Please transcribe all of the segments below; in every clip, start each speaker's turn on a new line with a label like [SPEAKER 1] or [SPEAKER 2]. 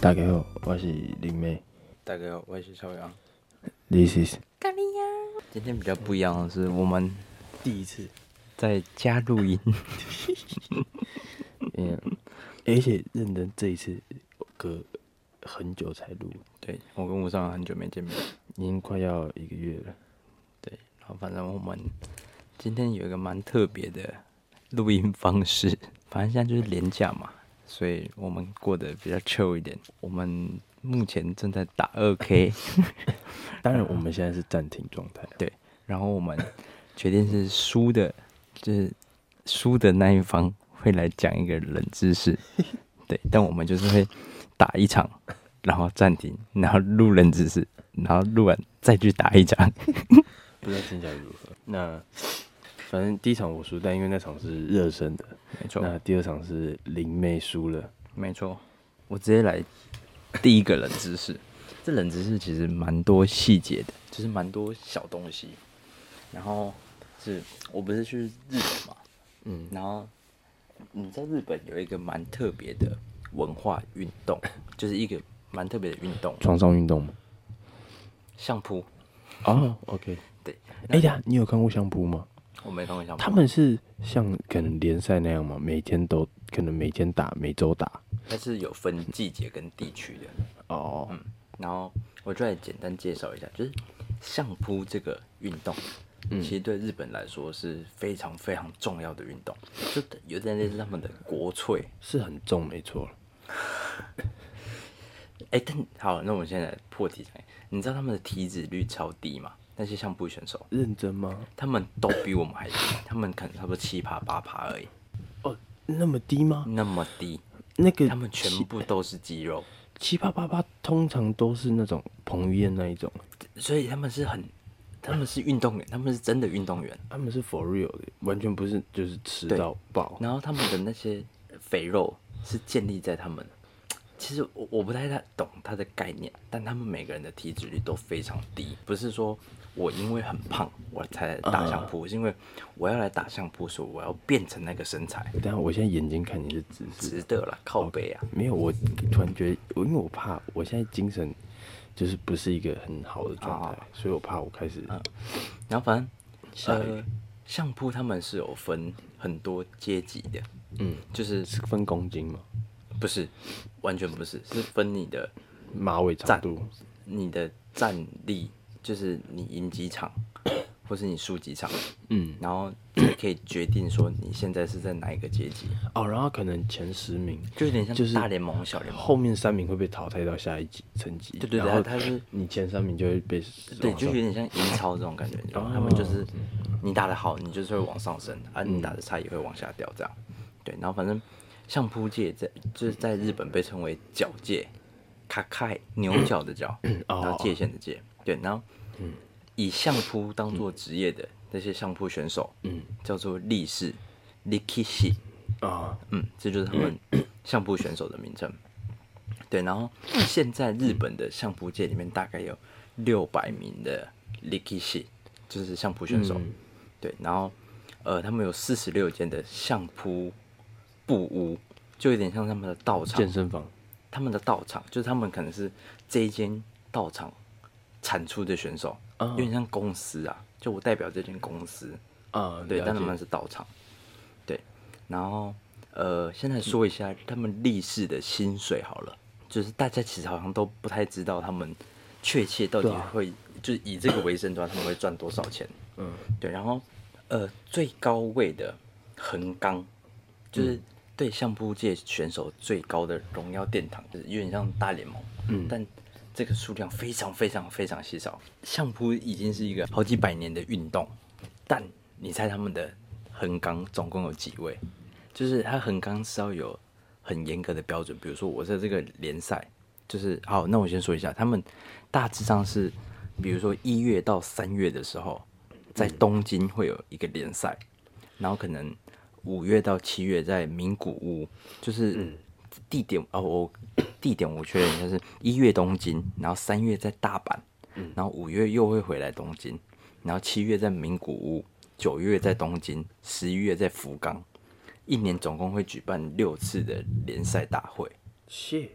[SPEAKER 1] 大家好，我是林妹。
[SPEAKER 2] 大家好，我是邵阳。
[SPEAKER 1] This is
[SPEAKER 3] 咖喱呀！
[SPEAKER 2] 今天比较不一样的是，我们
[SPEAKER 4] 第一次，
[SPEAKER 2] 在家录音，
[SPEAKER 1] 嗯，而且认真这一次隔很久才录，
[SPEAKER 2] 对我跟吴尚很久没见面，
[SPEAKER 1] 已经快要一个月了。
[SPEAKER 2] 对，然后反正我们今天有一个蛮特别的录音方式，反正现在就是廉价嘛，所以我们过得比较 chill 一点。我们目前正在打二 K，
[SPEAKER 1] 当然，我们现在是暂停状态。啊
[SPEAKER 2] 对，然后我们决定是输的，就是输的那一方会来讲一个冷知识，对，但我们就是会打一场，然后暂停，然后录冷知识，然后录完再去打一场。
[SPEAKER 1] 不知道听起来如何。那反正第一场我输，但因为那场是热身的。
[SPEAKER 2] 没错，
[SPEAKER 1] 那第二场是林妹输了，
[SPEAKER 2] 没错，我直接来第一个冷知识。这冷知识其实蛮多细节的，就是蛮多小东西。然后是我不是去日本嘛，嗯，然后你在日本有一个蛮特别的文化运动，就是一个蛮特别的运动，
[SPEAKER 1] 床上运动吗？
[SPEAKER 2] 相扑。
[SPEAKER 1] 哦，OK。
[SPEAKER 2] 对，
[SPEAKER 1] 哎呀，你有看过相扑吗？
[SPEAKER 2] 我没看过相扑，
[SPEAKER 1] 他们是像可能联赛那样吗？每天都可能每天打，每周打。
[SPEAKER 2] 它是有分季节跟地区的。
[SPEAKER 1] 哦，
[SPEAKER 2] 然后我就来简单介绍一下，就是相扑这个运动，其实对日本来说是非常非常重要的运动，就有点类似他们的国粹。
[SPEAKER 1] 是很重，没错。
[SPEAKER 2] 哎，但好，那我们现在来破题来，你知道他们的体脂率超低吗？那些相扑选手，
[SPEAKER 1] 认真吗？
[SPEAKER 2] 他们都比我们还低，他们可能差不多七趴八趴而已，
[SPEAKER 1] 哦，那么低吗？
[SPEAKER 2] 那么低，
[SPEAKER 1] 那个
[SPEAKER 2] 嗯他们全
[SPEAKER 1] 七
[SPEAKER 2] 部都是肌肉，
[SPEAKER 1] 七八八八通常都是那种彭于晏那一种，
[SPEAKER 2] 所以他们是很，他们是运动员，他们是真的运动员。
[SPEAKER 1] 他们是 for real 的，完全不是就是吃
[SPEAKER 2] 对
[SPEAKER 1] 到爆。
[SPEAKER 2] 然后他们的那些呃肥肉是建立在他们，其实我我不太太懂它的概念，但他们每个人的体脂率都非常低，不是说我因为很胖我才来打相
[SPEAKER 1] 啊
[SPEAKER 2] 扑，是因为我要来打相扑，所以我要变成那个身材，
[SPEAKER 1] 但我现在眼睛看你是直视，
[SPEAKER 2] 值得了，靠背啊，
[SPEAKER 1] 没有我突然觉得，我因为我怕我现在精神就是不是一个很好的状态，
[SPEAKER 2] 哦
[SPEAKER 1] 所以我怕我开始
[SPEAKER 2] 啊然后反正
[SPEAKER 1] 下雨
[SPEAKER 2] 呃，相扑他们是有分很多阶级的，
[SPEAKER 1] 嗯
[SPEAKER 2] 就是
[SPEAKER 1] 是分公斤嘛，
[SPEAKER 2] 不是完全不是，是分你的
[SPEAKER 1] 马尾长
[SPEAKER 2] 站
[SPEAKER 1] 度，
[SPEAKER 2] 你的战力，就是你赢几场， 或是你输几场，
[SPEAKER 1] 嗯
[SPEAKER 2] 然后才可以决定说你现在是在哪一个阶级，
[SPEAKER 1] 哦，然后可能前十名
[SPEAKER 2] 就有点像
[SPEAKER 1] 就是
[SPEAKER 2] 大联盟、小联盟。
[SPEAKER 1] 后面三名会被淘汰到下一级层级，
[SPEAKER 2] 对对对
[SPEAKER 1] 然后
[SPEAKER 2] 他他是
[SPEAKER 1] 你前三名就会被
[SPEAKER 2] 对，
[SPEAKER 1] 往
[SPEAKER 2] 就
[SPEAKER 1] 上哦
[SPEAKER 2] 有点像英超这种感觉， 你知道吗？他们就是你打得好，你就是会往上升；，啊，
[SPEAKER 1] 嗯
[SPEAKER 2] 你打得差也会往下掉，这样。对，然后反正相扑界在就是在日本被称为角界，卡开牛角的 角，
[SPEAKER 1] 哦
[SPEAKER 2] 然后界限的界。对，然后
[SPEAKER 1] 嗯
[SPEAKER 2] 以相扑当做职业的那些相扑选手，嗯，叫做力士 （likishi），
[SPEAKER 1] 啊，
[SPEAKER 2] 嗯，这就是他们相扑选手的名称。对，然后现在日本的相扑界里面大概有六百名的 likishi，就是相扑选手。
[SPEAKER 1] 嗯
[SPEAKER 2] 对，然后呃，他们有四十六间的相扑布屋，就有点像他们的道场
[SPEAKER 1] 健，身房。
[SPEAKER 2] 他们的道场就是他们可能是这一间道场产出的选手，
[SPEAKER 1] 嗯
[SPEAKER 2] 有点像公司啊，就我代表这间公司。
[SPEAKER 1] 啊，
[SPEAKER 2] 对，
[SPEAKER 1] 了
[SPEAKER 2] 但他
[SPEAKER 1] 解
[SPEAKER 2] 们是道场。对，然后呃，先来说一下他们力士的薪水好了，就是大家其实好像都不太知道他们确切到底
[SPEAKER 1] 对啊
[SPEAKER 2] 会、就是以这个为生的话，他们会赚多少钱。嗯，对，然后呃，最高位的横纲就是对相扑界选手最高的荣耀殿堂，就是有点像大联盟，嗯，但。这个数量非常非常非常稀少，相扑已经是一个好几百年的运动，但你猜他们的横纲总共有几位？就是他横纲是要有很严格的标准，比如说我在这个联赛，就是好，那我先说一下，他们大致上是，比如说一月到三月的时候，在东京会有一个联赛，然后可能五月到七月在名古屋，就是地点、哦，我地点我确认一下是一月东京，然后三月在大阪，然后五月又会回来东京，然后七月在名古屋，九月在东京，十一月在福冈，一年总共会举办六次的联赛大会。
[SPEAKER 1] 谢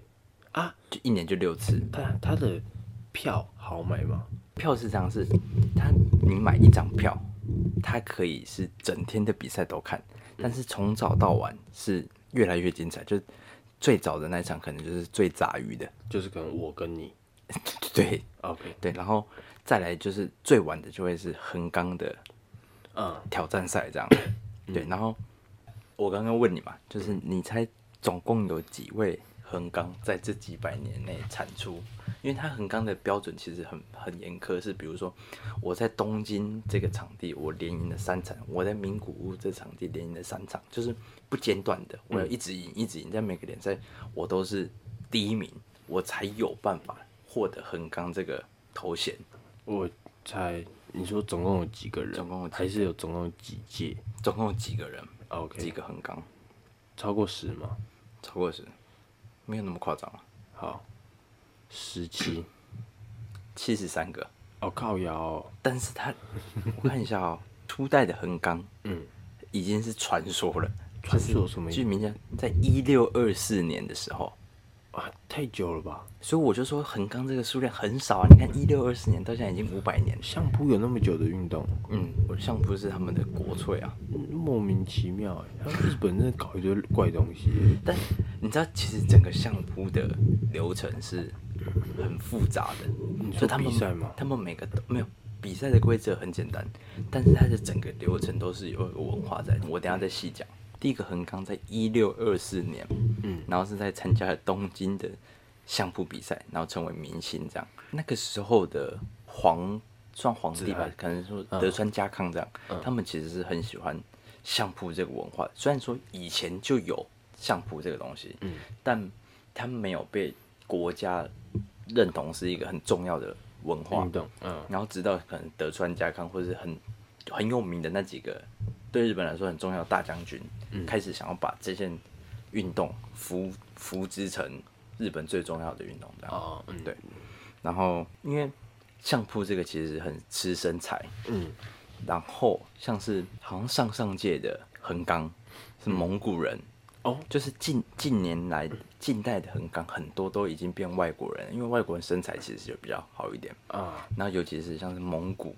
[SPEAKER 1] 啊，
[SPEAKER 2] 就一年就六次。
[SPEAKER 1] 他他的票好买吗？
[SPEAKER 2] 票是这样，是他你买一张票，它可以是整天的比赛都看，但是从早到晚是越来越精彩。就是最早的那一场可能就是最杂鱼的，
[SPEAKER 1] 就是可能我跟你
[SPEAKER 2] 对
[SPEAKER 1] ，OK，
[SPEAKER 2] 对，然后再来就是最晚的就会是横纲的
[SPEAKER 1] 嗯，
[SPEAKER 2] 挑战赛这样。对，然后我刚刚问你嘛，就是你猜总共有几位横纲在这几百年内产出？因为它横纲的标准其实很很严苛，是比如说我在东京这个场地我连赢了三场，我在名古屋这场地连赢了三场，就是不间断的，我要一直赢一直赢，在每个联赛我都是第一名，我才有办法获得横纲这个头衔。
[SPEAKER 1] 我猜你说总共有几个人？
[SPEAKER 2] 总共有几
[SPEAKER 1] 还是有总共有几届
[SPEAKER 2] 总共有几个人？几
[SPEAKER 1] ？OK，
[SPEAKER 2] 个横纲？
[SPEAKER 1] 超过十吗？
[SPEAKER 2] 超过十，没有那么夸张啊，
[SPEAKER 1] 好，十七。
[SPEAKER 2] 七十三个。
[SPEAKER 1] 哦靠摇哦，
[SPEAKER 2] 但是他， 我看一下哦，初代的横纲
[SPEAKER 1] 嗯，
[SPEAKER 2] 已经是传说了。
[SPEAKER 1] 传说什么意
[SPEAKER 2] 据
[SPEAKER 1] 思
[SPEAKER 2] 名家在一六二四年的时候，
[SPEAKER 1] 啊？太久了吧？
[SPEAKER 2] 所以我就说横纲这个数量很少啊。你看一六二四年到现在已经五百年了。
[SPEAKER 1] 相扑有那么久的运动，
[SPEAKER 2] 嗯，我相扑是他们的国粹啊。
[SPEAKER 1] 嗯莫名其妙欸。他们日本真的搞一堆怪东西欸，
[SPEAKER 2] 但你知道，其实整个相扑的流程是很复杂
[SPEAKER 1] 嗯你
[SPEAKER 2] 的，
[SPEAKER 1] 说
[SPEAKER 2] 就他们
[SPEAKER 1] 比赛吗
[SPEAKER 2] 他们每个都没有比赛的规则很简单，但是它的整个流程都是有有文化在。我等一下再细讲。第一个横纲在一六二四年，
[SPEAKER 1] 嗯
[SPEAKER 2] 然后是在参加了东京的相扑比赛，然后成为明星这样。那个时候的皇算皇帝吧
[SPEAKER 1] 子，
[SPEAKER 2] 可能
[SPEAKER 1] 嗯
[SPEAKER 2] 说德川家康这样，他们其实是很喜欢相扑这个文化。虽然说以前就有相扑这个东西，
[SPEAKER 1] 嗯
[SPEAKER 2] 但他们没有被国家认同是一个很重要的文化
[SPEAKER 1] 运。动，嗯，
[SPEAKER 2] 然后直到可能德川家康或者是很很有名的那几个对日本来说很重要的大将军，
[SPEAKER 1] 嗯
[SPEAKER 2] 开始想要把这件运动扶扶植成日本最重要的运动这样。
[SPEAKER 1] 哦，嗯，
[SPEAKER 2] 对，然后因为相扑这个其实很吃身材，
[SPEAKER 1] 嗯，
[SPEAKER 2] 然后像是好像上上届的横纲是蒙古人，
[SPEAKER 1] 哦，
[SPEAKER 2] 就是近近年来近代的横纲很多都已经变外国人了，因为外国人身材其实就比较好一点，
[SPEAKER 1] 啊，
[SPEAKER 2] 然后尤其是像是蒙古，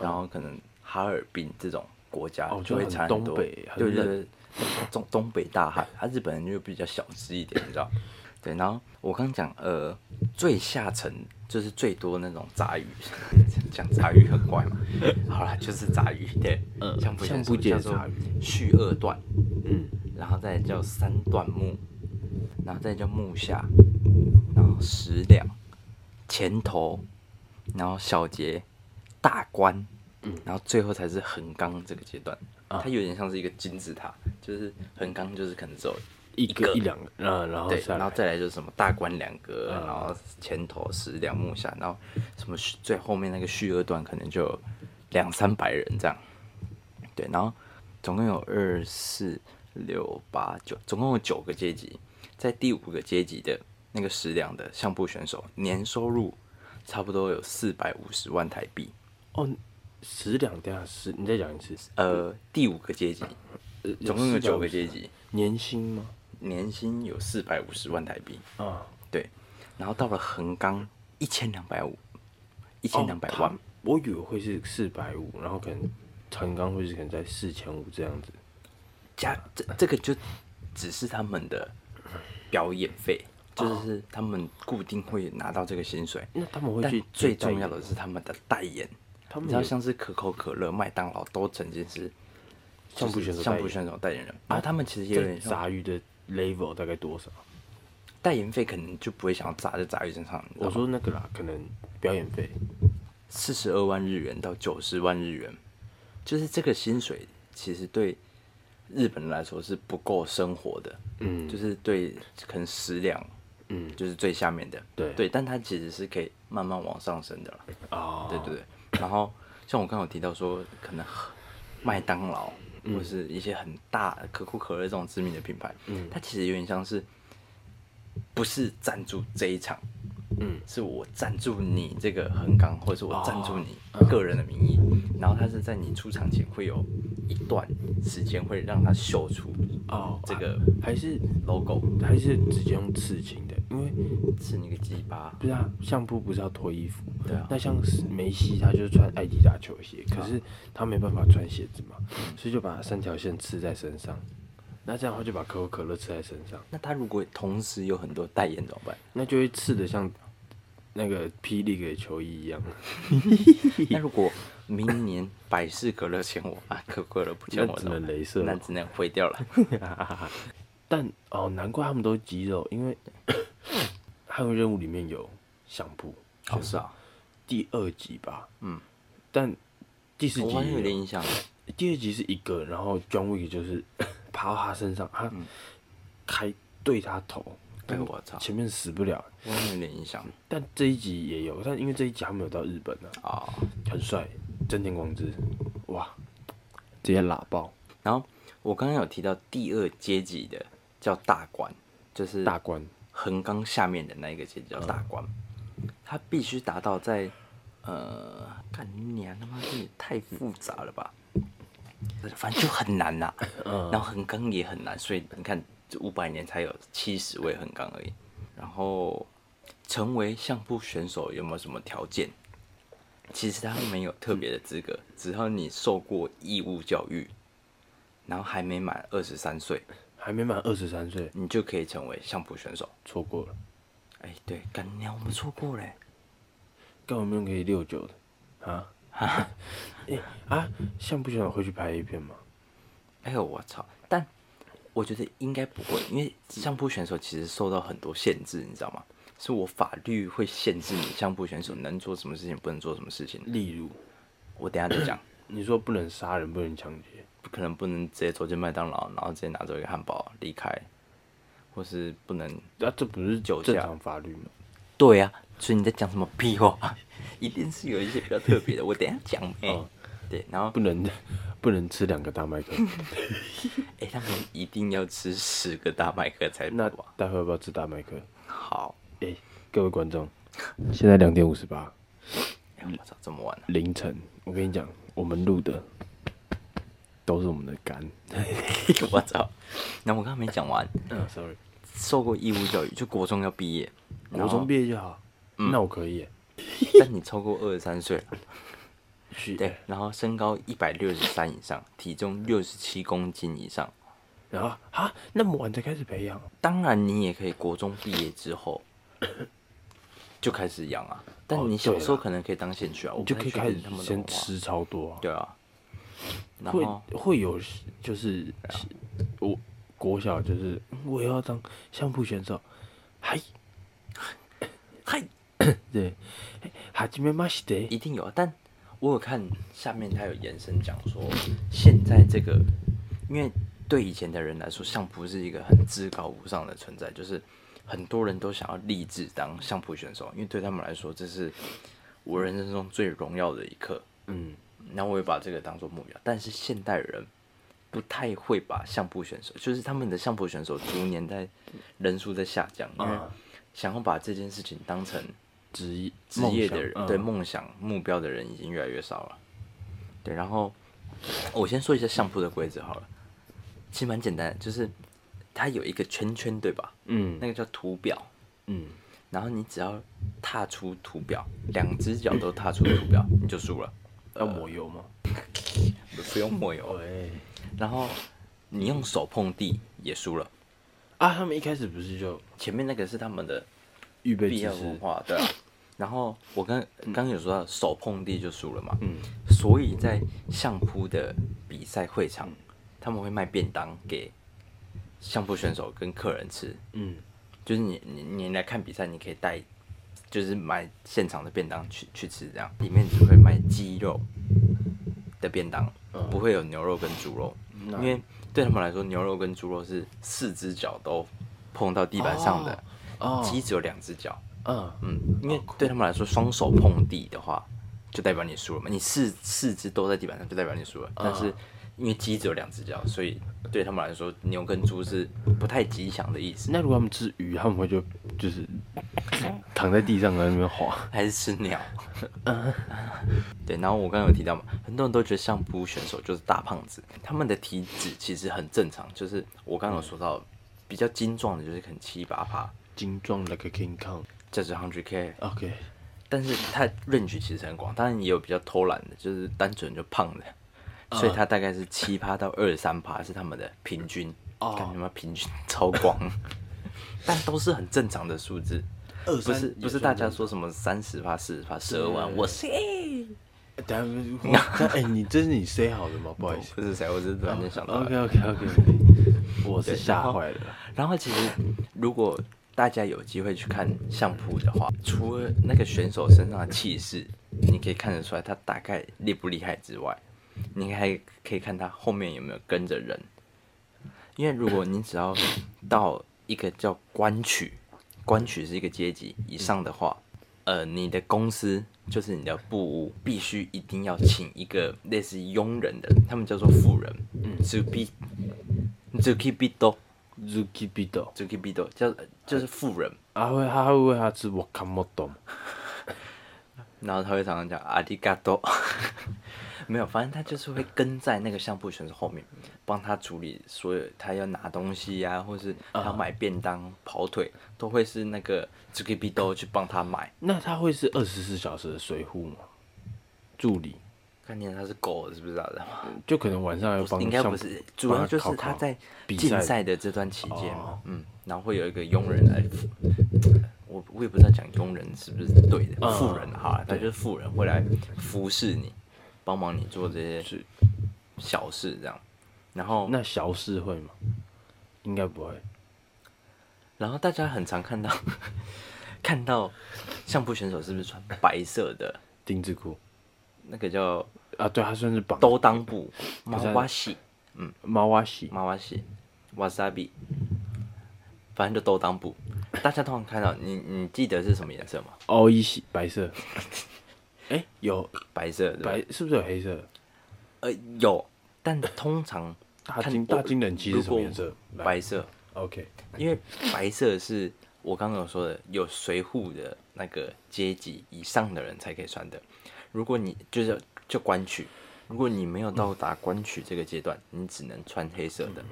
[SPEAKER 2] 然后可能哈尔滨这种国家
[SPEAKER 1] 嗯哦
[SPEAKER 2] 就会产
[SPEAKER 1] 就很
[SPEAKER 2] 很多，
[SPEAKER 1] 东北很
[SPEAKER 2] 对对
[SPEAKER 1] 冷
[SPEAKER 2] 对，东东北大汉，他日本人就比较小资一点，你知道？对，然后我刚讲呃，最下层就是最多那种杂鱼， 讲杂鱼很怪嘛，好啦，就是杂鱼，对，
[SPEAKER 1] 嗯
[SPEAKER 2] 像不
[SPEAKER 1] 像不解
[SPEAKER 2] 叫
[SPEAKER 1] 的
[SPEAKER 2] 做
[SPEAKER 1] 杂鱼
[SPEAKER 2] 续二段，
[SPEAKER 1] 嗯，
[SPEAKER 2] 然后再叫三段木，然后再叫木下，然后十两，前头，然后小节，大关，嗯，然后最后才是横纲这个阶段，
[SPEAKER 1] 啊
[SPEAKER 2] 它有点像是一个金字塔，就是横纲就是可能只有
[SPEAKER 1] 一
[SPEAKER 2] 个
[SPEAKER 1] 个一两个，嗯，然后
[SPEAKER 2] 对，
[SPEAKER 1] 再
[SPEAKER 2] 然后
[SPEAKER 1] 来
[SPEAKER 2] 再来就是什么大关两格，
[SPEAKER 1] 嗯
[SPEAKER 2] 然后前头十两木下，然后什么续最后面那个续二段可能就有两三百人这样。对，然后总共有二四六八九，总共有九个阶级，在第五个阶级的那个十两的相扑选手，年收入差不多有四百五十万台币。
[SPEAKER 1] 哦，十两等下十，你再讲一次，
[SPEAKER 2] 呃，第五个阶级
[SPEAKER 1] 呃
[SPEAKER 2] 总共有九个
[SPEAKER 1] 450
[SPEAKER 2] 阶级，
[SPEAKER 1] 年薪吗？
[SPEAKER 2] 年薪有四百五十万台币。
[SPEAKER 1] 啊，
[SPEAKER 2] 对，然后到了横纲一千两百五，一千两百
[SPEAKER 1] 哦
[SPEAKER 2] 万
[SPEAKER 1] 他，我以为会是四百五，然后可能成钢会是可能在四千五这样子。
[SPEAKER 2] 加这这个就只是他们的表演费，就是他们固定会拿到这个薪水。
[SPEAKER 1] 哦那他们会
[SPEAKER 2] 但
[SPEAKER 1] 去
[SPEAKER 2] 最
[SPEAKER 1] 代
[SPEAKER 2] 重
[SPEAKER 1] 言
[SPEAKER 2] 要的是他们的代言，
[SPEAKER 1] 他
[SPEAKER 2] 你
[SPEAKER 1] 们
[SPEAKER 2] 知道
[SPEAKER 1] 有
[SPEAKER 2] 像是可口可乐、麦当劳都曾经是
[SPEAKER 1] 相扑选手
[SPEAKER 2] 相
[SPEAKER 1] 代
[SPEAKER 2] 扑
[SPEAKER 1] 言啊
[SPEAKER 2] 选手代言人，然后他们其实也有
[SPEAKER 1] 在
[SPEAKER 2] 点像
[SPEAKER 1] 杂鱼的 level 大概多少？
[SPEAKER 2] 代言费，可能就不会想要砸在杂鱼身上。
[SPEAKER 1] 我说那个啦，可能表演费
[SPEAKER 2] 四十二万日元到九十万日元，就是这个薪水其实对日本人来说是不够生活的，
[SPEAKER 1] 嗯
[SPEAKER 2] 就是对可能十两，
[SPEAKER 1] 嗯
[SPEAKER 2] 就是最下面的，
[SPEAKER 1] 对
[SPEAKER 2] 对，但它其实是可以慢慢往上升的啦，
[SPEAKER 1] 啊，
[SPEAKER 2] 对对对。然后像我刚刚有提到说，可能麦当劳或是一些很大可口可乐这种知名的品牌，
[SPEAKER 1] 嗯
[SPEAKER 2] 它其实有点像是不是赞助这一场，
[SPEAKER 1] 嗯
[SPEAKER 2] 是我赞助你这个横纲，或者是我赞助你
[SPEAKER 1] 哦
[SPEAKER 2] 个人的名义，然后他是在你出场前会有一段时间会让他秀出
[SPEAKER 1] 哦，
[SPEAKER 2] 这个
[SPEAKER 1] 还是
[SPEAKER 2] logo，
[SPEAKER 1] 还是直接用刺青的，因为
[SPEAKER 2] 是你个鸡巴，
[SPEAKER 1] 不是啊，相扑不是要脱衣服？
[SPEAKER 2] 对啊
[SPEAKER 1] 那像是梅西，他就是穿艾迪达球鞋，可是他没办法穿鞋子嘛，所以就把三条线刺在身上。那这样的话就把可口可乐刺在身上，
[SPEAKER 2] 那他如果同时有很多代言怎么办？
[SPEAKER 1] 那就会刺的像那个霹雳给球衣一样。
[SPEAKER 2] 那如果明年百事可乐欠我啊，可口可乐不欠我
[SPEAKER 1] 那只
[SPEAKER 2] 怎么
[SPEAKER 1] 能
[SPEAKER 2] 办
[SPEAKER 1] 镭射
[SPEAKER 2] 那
[SPEAKER 1] 了
[SPEAKER 2] 只能毁掉了。
[SPEAKER 1] 但哦，难怪他们都肌肉，因 为捍卫任务里面有相扑，
[SPEAKER 2] 好是啊，
[SPEAKER 1] 第二集吧，
[SPEAKER 2] 嗯，
[SPEAKER 1] 但第四集
[SPEAKER 2] 我好像有
[SPEAKER 1] 也
[SPEAKER 2] 点
[SPEAKER 1] 有
[SPEAKER 2] 印象，
[SPEAKER 1] 第二集是一个，然后 John Wick 就是 爬到他身上，他开对他头，
[SPEAKER 2] 哎
[SPEAKER 1] 但
[SPEAKER 2] 我操
[SPEAKER 1] 前面死不了。
[SPEAKER 2] 我好像有点印象
[SPEAKER 1] 但这一集也有，但因为这一集他没有到日本呢、啊，
[SPEAKER 2] 啊。
[SPEAKER 1] 很帅，真田广之，哇，直接拉爆
[SPEAKER 2] 然后我刚刚有提到第二阶级的叫大关，就是
[SPEAKER 1] 大关，
[SPEAKER 2] 横纲下面的那一个阶级叫大关，他必须达到在呃，干你娘他妈这也太复杂了吧，反正就很难呐、然后横纲也很难，所以你看这五百年才有七十位横纲而已。然后成为相扑选手有没有什么条件？其实他没有特别的资格，只要你受过义务教育，然后还没满二十三岁，
[SPEAKER 1] 还没满二十三岁，
[SPEAKER 2] 你就可以成为相扑选手。
[SPEAKER 1] 错过了，
[SPEAKER 2] 哎，对，干娘我们错过欸嘞。
[SPEAKER 1] 干我们可以六九的啊？ 哎、啊，像不像会去拍 A 片吗？
[SPEAKER 2] 哎呦，我操！但我觉得应该不会，因为相扑选手其实受到很多限制，你知道吗？是我法律会限制你相扑选手能做什么事情，不能做什么事情。
[SPEAKER 1] 例如，
[SPEAKER 2] 我等一下再讲，
[SPEAKER 1] 你说不能杀人，不能抢劫，
[SPEAKER 2] 不可能不能直接走进麦当劳，然后直接拿走一个汉堡离开，或是不能。
[SPEAKER 1] 那、啊这不是
[SPEAKER 2] 酒驾
[SPEAKER 1] 正常法律吗？
[SPEAKER 2] 对呀、所以你在讲什么屁话？ 一定是有一些比较特别的，我等一下讲。哎、
[SPEAKER 1] 哦
[SPEAKER 2] 对，然后
[SPEAKER 1] 不能 不能吃两个大麦克，
[SPEAKER 2] 哎、他们一定要吃十个大麦克才
[SPEAKER 1] 那
[SPEAKER 2] 饱吧？
[SPEAKER 1] 待会要不要吃大麦克？
[SPEAKER 2] 好，
[SPEAKER 1] 哎、各位观 众，现在两点五十八，
[SPEAKER 2] 哎、我操，这么晚了、
[SPEAKER 1] 凌晨，我跟你讲，我们录的都是我们的 肝。
[SPEAKER 2] 我操！那我刚刚没讲完，
[SPEAKER 1] 嗯，sorry，
[SPEAKER 2] 受过义务教育，就国中要毕业，
[SPEAKER 1] 国中毕业就好，
[SPEAKER 2] 嗯
[SPEAKER 1] 那我可以耶
[SPEAKER 2] 业，但你超过二十三岁了，
[SPEAKER 1] 去，
[SPEAKER 2] 对，然后身高一百六十三以上，体重六十七公斤以上，
[SPEAKER 1] 然后啊，那么晚才开始培养，
[SPEAKER 2] 当然你也可以国中毕业之后 就开始养啊，但你小时候可能可以当兴趣啊，我
[SPEAKER 1] 哦你
[SPEAKER 2] 不
[SPEAKER 1] 就可
[SPEAKER 2] 太
[SPEAKER 1] 以
[SPEAKER 2] 确
[SPEAKER 1] 开
[SPEAKER 2] 定
[SPEAKER 1] 始
[SPEAKER 2] 他们的
[SPEAKER 1] 先
[SPEAKER 2] 文化，
[SPEAKER 1] 吃超多、啊。
[SPEAKER 2] 对啊，然
[SPEAKER 1] 会
[SPEAKER 2] 后啊
[SPEAKER 1] 会有就是我国小就是嗯我要当相扑选手，嗨
[SPEAKER 2] 嗨，
[SPEAKER 1] 对，哈基梅马西德
[SPEAKER 2] 一定有啊，但我有看下面他有延伸讲说，现在这个，因为对以前的人来说，相扑是一个很至高无上的存在，就是很多人都想要立志当相扑选手，因为对他们来说，这是我人生中最荣耀的一刻。
[SPEAKER 1] 嗯，
[SPEAKER 2] 然后我也把这个当做目标，但是现代人不太会把相扑选手，就是他们的相扑选手逐年在人数在下降，因为
[SPEAKER 1] 啊
[SPEAKER 2] 想要把这件事情当成
[SPEAKER 1] 职业
[SPEAKER 2] 职业的人，对
[SPEAKER 1] 梦嗯
[SPEAKER 2] 梦想嗯目标的人已经越来越少了。对，然后我先说一下相扑的规则好了，其实蛮简单的，就是它有一个圈圈，对吧？
[SPEAKER 1] 嗯
[SPEAKER 2] 那
[SPEAKER 1] 嗯
[SPEAKER 2] 个叫图表，
[SPEAKER 1] 嗯
[SPEAKER 2] 然后你只要踏出图表，两只脚都踏出图 表，你就输了，
[SPEAKER 1] 要抹油吗？哎
[SPEAKER 2] 不用抹油。
[SPEAKER 1] 喂
[SPEAKER 2] 然后你用手碰地也输了，
[SPEAKER 1] 啊，他们一开始不是就
[SPEAKER 2] 前面那个是他们的
[SPEAKER 1] 预备
[SPEAKER 2] 必
[SPEAKER 1] 知
[SPEAKER 2] 要文
[SPEAKER 1] 识，
[SPEAKER 2] 化，对啊。然后我刚刚刚有说到手碰地就输了嘛，
[SPEAKER 1] 嗯，
[SPEAKER 2] 所以在相扑的比赛会场，他们会卖便当给相扑选手跟客人吃。
[SPEAKER 1] 嗯
[SPEAKER 2] 就是你你你来看比赛，你可以带，就是买现场的便当去去吃，这样里面只会卖鸡肉的便当，
[SPEAKER 1] 嗯
[SPEAKER 2] 不会有牛肉跟猪肉，
[SPEAKER 1] 那
[SPEAKER 2] 因为对他们来说，牛肉跟猪肉是四只脚都碰到地板上的，
[SPEAKER 1] 哦
[SPEAKER 2] 鸡只有两只脚。
[SPEAKER 1] 啊
[SPEAKER 2] 嗯，因为对他们来说，双手碰地的话，就代表你输了嘛。你四四肢都在地板上，就代表你输了。但是因为鸡只有两只脚，所以对他们来说，牛跟猪是不太吉祥的 意思。
[SPEAKER 1] 那如果他们吃鱼，他们会就就是 躺在地上在那边滑，
[SPEAKER 2] 还是吃鸟？ 对，然后我刚刚有提到嘛，很多人都觉得相扑选手就是大胖子，他们的体脂其实很正常，就是我刚刚有说到比较精壮的，就是可能七八趴，
[SPEAKER 1] 精壮 like a king kong。
[SPEAKER 2] 价值 hundred k，
[SPEAKER 1] OK，
[SPEAKER 2] 但是它 range 其实很广，当然也有比较偷懒的，就是单纯就胖的，
[SPEAKER 1] 嗯
[SPEAKER 2] 所以它大概是七趴到二十三趴是他们的平均，
[SPEAKER 1] 哦
[SPEAKER 2] 看他妈平均超 广，但都是很正常的数字，
[SPEAKER 1] 二
[SPEAKER 2] 不是不是大家说什么三十趴、四十趴、十二万，
[SPEAKER 1] 对
[SPEAKER 2] 我哎谁？
[SPEAKER 1] 等 下，我但哎、你这是你 say 好的吗？不好意思
[SPEAKER 2] 不是谁，我只是突然间想到的。
[SPEAKER 1] ，OK OK OK，我是吓坏了。
[SPEAKER 2] 然后其实如果大家有机会去看相扑的话，除了那个选手身上的气势，你可以看得出来他大概厉不厉害之外，你还可以看他后面有没有跟着人。因为如果你只要到一个叫官曲，官曲是一个阶级以上的话，呃，你的公司就是你的部屋，必须一定要请一个类似佣人的，他们叫做妇人，嗯 z u k i z u k i b i d o
[SPEAKER 1] Zuki Bido，
[SPEAKER 2] z u k i b i d o 叫就是富人，
[SPEAKER 1] 他会他会为他吃 Wakamoto 吗？
[SPEAKER 2] 然后他会常常讲阿迪嘎多， 没有，反正他就是会跟在那个相扑选手后面，帮他处理所有他要拿东西呀、或是他要买便当、跑腿，都会是那个 z u k i b i d o 去帮他买。
[SPEAKER 1] 那他会是二十四小时的水户吗？助理
[SPEAKER 2] 看见他是狗的是不是啊？
[SPEAKER 1] 就可能晚上要帮，
[SPEAKER 2] 应该不是，主要就是他在
[SPEAKER 1] 比
[SPEAKER 2] 竞
[SPEAKER 1] 赛
[SPEAKER 2] 赛的这段期间嘛
[SPEAKER 1] 哦，
[SPEAKER 2] 嗯，然后会有一个佣人来，我我也不知道讲佣人是不是对的，
[SPEAKER 1] 嗯
[SPEAKER 2] 富人哈，他就是富人会来服侍你，帮忙你做这些
[SPEAKER 1] 是
[SPEAKER 2] 小事这样，然后
[SPEAKER 1] 那小事会吗？应该不会。
[SPEAKER 2] 然后大家很常看到 看到相扑选手是不是穿白色的
[SPEAKER 1] 丁字裤
[SPEAKER 2] 那个叫
[SPEAKER 1] 啊，对，他算是绑
[SPEAKER 2] 兜裆布，马
[SPEAKER 1] 是
[SPEAKER 2] 哇西。
[SPEAKER 1] 猫蛙洗
[SPEAKER 2] 妈妈洗，wasabi，反正就都当布。大家通常看到你，你记得是什么颜色吗？
[SPEAKER 1] 哦一洗白色。 哎、有
[SPEAKER 2] 白色，对吧
[SPEAKER 1] 白是不是有黑色？
[SPEAKER 2] 呃有，但通常
[SPEAKER 1] 大
[SPEAKER 2] 看
[SPEAKER 1] 金大金冷气是什么颜色？
[SPEAKER 2] 如果
[SPEAKER 1] 来
[SPEAKER 2] 白色，
[SPEAKER 1] ，OK，
[SPEAKER 2] 因为白色是我刚刚有说的，有随护的那个阶级以上的人才可以穿的。如果你就是就官曲，如果你没有到达官曲这个阶段，你只能穿黑色的。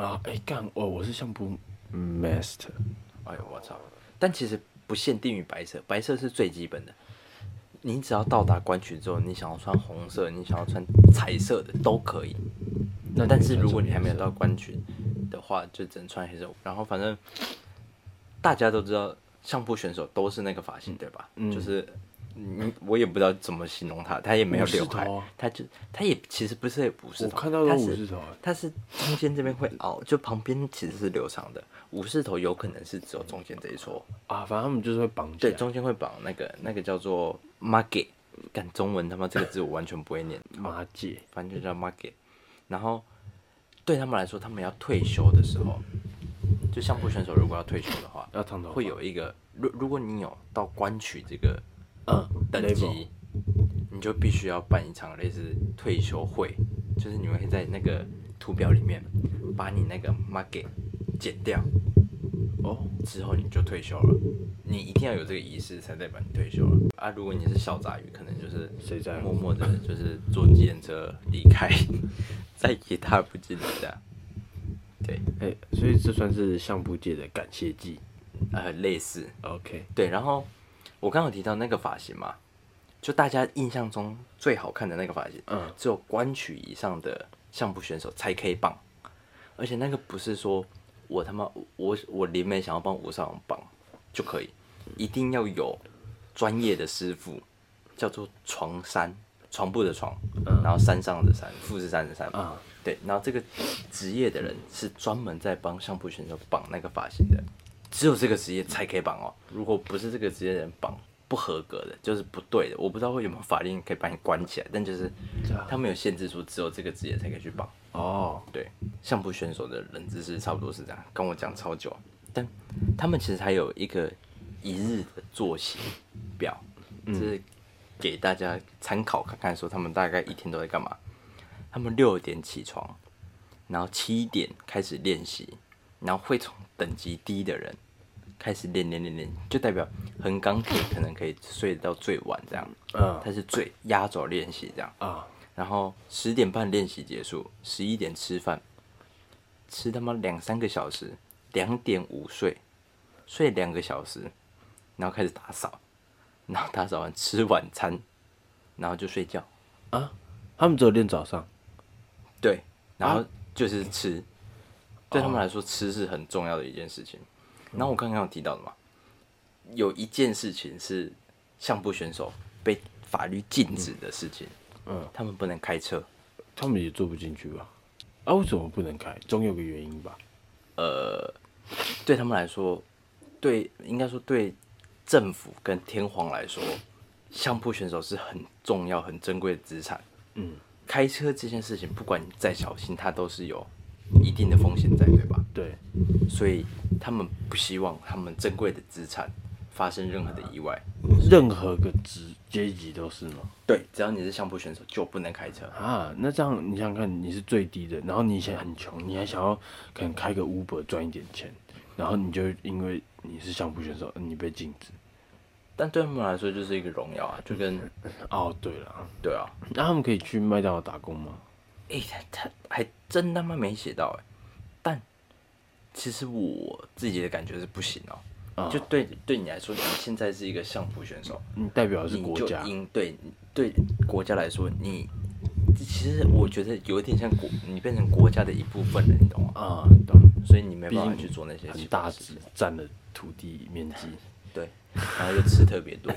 [SPEAKER 1] 啊，哎、干哦，我是相扑 master，
[SPEAKER 2] 哎呦我操！但其实不限定于白色，白色是最基本的。你只要到达关区之后，你想要穿红色，你想要穿彩色的都可以。
[SPEAKER 1] 那
[SPEAKER 2] 那
[SPEAKER 1] 你
[SPEAKER 2] 但
[SPEAKER 1] 会
[SPEAKER 2] 是
[SPEAKER 1] 穿
[SPEAKER 2] 如
[SPEAKER 1] 什
[SPEAKER 2] 果
[SPEAKER 1] 么
[SPEAKER 2] 你还没有
[SPEAKER 1] 颜色
[SPEAKER 2] 到关区的话，就只能穿黑色。然后反正大家都知道，相扑选手都是那个发型，对吧？
[SPEAKER 1] 嗯
[SPEAKER 2] 就是你我也不知道怎么形容他，他也没有
[SPEAKER 1] 武士
[SPEAKER 2] 刘海
[SPEAKER 1] 头啊，
[SPEAKER 2] 他就他也其实不是武士
[SPEAKER 1] 我
[SPEAKER 2] 头，
[SPEAKER 1] 看到都
[SPEAKER 2] 他
[SPEAKER 1] 五
[SPEAKER 2] 是
[SPEAKER 1] 字头啊，
[SPEAKER 2] 它是中间这边会凹，就旁边其实是留长的。武士头有可能是只有中间这一撮，
[SPEAKER 1] 啊，反正他们就是会啊绑起
[SPEAKER 2] 对，
[SPEAKER 1] 来。
[SPEAKER 2] 中间会绑那个那个叫做 market，干中文他妈这个字我完全不会念，
[SPEAKER 1] 马姐，
[SPEAKER 2] 反正就叫 market。然后对他们来说，他们要退休的时候，就相扑选手如果要退休的话，
[SPEAKER 1] 要烫头发
[SPEAKER 2] 会有一个，如如果你有到官曲这个
[SPEAKER 1] 嗯，
[SPEAKER 2] 啊等
[SPEAKER 1] level
[SPEAKER 2] 级，你就必须要办一场类似退休会，就是你会在那个图表里面把你那个 market 减掉，
[SPEAKER 1] 哦，
[SPEAKER 2] 之后你就退休了。你一定要有这个仪式才代表你退休了啊！如果你是小杂鱼，可能就是
[SPEAKER 1] 谁在乎
[SPEAKER 2] 默默的，就是坐计程车离开， 再也踏不进来的。对，
[SPEAKER 1] 哎、所以这算是相扑界的感谢祭。
[SPEAKER 2] 呃，类似，
[SPEAKER 1] OK，
[SPEAKER 2] 对，然后我刚刚有提到那个发型嘛，就大家印象中最好看的那个发型，
[SPEAKER 1] 嗯，
[SPEAKER 2] 只有官曲以上的相扑选手才可以绑，而且那个不是说我他妈我我临美想要帮吴少阳绑就可以，一定要有专业的师傅，叫做床山床部的床，然后山上的山，富士山的山，
[SPEAKER 1] 嗯
[SPEAKER 2] 对，然后这个职业的人是专门在帮相扑选手绑那个发型的，只有这个职业才可以绑哦。如果不是这个职业的人绑，不合格的，就是不对的。我不知道会有没有法令可以把你关起来，但就是
[SPEAKER 1] 这样
[SPEAKER 2] 他们有限制说只有这个职业才可以去绑。
[SPEAKER 1] 哦，
[SPEAKER 2] 对，相扑选手的冷知识差不多是这样，跟我讲超久，但他们其实还有一个一日的作息表，就是给大家参考看看，说他们大概一天都在干嘛。他们六点起床，然后七点开始练习，然后会从等级低的人开始练练练练，就代表横钢铁可能可以睡到最晚这样，
[SPEAKER 1] 嗯
[SPEAKER 2] 他是最压轴练习这样。
[SPEAKER 1] 啊，
[SPEAKER 2] 然后十点半练习结束，十一点吃饭，吃他妈两三个小时，两点午睡，睡两个小时，然后开始打扫，然后打扫完吃晚餐，然后就睡觉。
[SPEAKER 1] 啊，他们只有练早上，
[SPEAKER 2] 对，然
[SPEAKER 1] 啊
[SPEAKER 2] 后就是吃，对他们来说
[SPEAKER 1] 哦
[SPEAKER 2] 吃是很重要的一件事情。然后我刚刚有提到的嘛，有一件事情是相扑选手被法律禁止的事情，
[SPEAKER 1] 嗯，
[SPEAKER 2] 他们不能开车。
[SPEAKER 1] 他们也坐不进去吧？啊，为什么不能开？总有个原因吧？
[SPEAKER 2] 对他们来说，对应该说对政府跟天皇来说，相扑选手是很重要、很珍贵的资产。
[SPEAKER 1] 嗯，
[SPEAKER 2] 开车这件事情，不管你再小心，它都是有一定的风险在，对吧？
[SPEAKER 1] 对，
[SPEAKER 2] 所以他们不希望他们珍贵的资产发生任何的意外。
[SPEAKER 1] 任何个职阶级都是吗？
[SPEAKER 2] 对，只要你是相扑选手，就不能开车。
[SPEAKER 1] 啊，那这样你想想看，你是最低的，然后你以前很穷，你还想要可能开个 Uber 赚一点钱，然后你就因为你是相扑选手，你被禁止。
[SPEAKER 2] 但对他们来说，就是一个荣耀啊，就跟
[SPEAKER 1] 哦，对了，
[SPEAKER 2] 对啊，
[SPEAKER 1] 那他们可以去麦当劳打工吗？
[SPEAKER 2] 诶、他他还真他妈没写到诶、但其实我自己的感觉是不行哦、
[SPEAKER 1] 啊
[SPEAKER 2] 就对对你来说，你现在是一个相扑选手，
[SPEAKER 1] 你代表的是
[SPEAKER 2] 你
[SPEAKER 1] 国
[SPEAKER 2] 就
[SPEAKER 1] 家，
[SPEAKER 2] 应对对国家来说，你其实我觉得有一点像国，你变成国家的一部分了，你懂吗？
[SPEAKER 1] 啊，懂，
[SPEAKER 2] 所以你没
[SPEAKER 1] 毕
[SPEAKER 2] 办法
[SPEAKER 1] 竟
[SPEAKER 2] 去做那些
[SPEAKER 1] 很
[SPEAKER 2] 奇
[SPEAKER 1] 大
[SPEAKER 2] 怪的事
[SPEAKER 1] 只
[SPEAKER 2] 情
[SPEAKER 1] 占了土地面积，
[SPEAKER 2] 对，然后又吃特别多，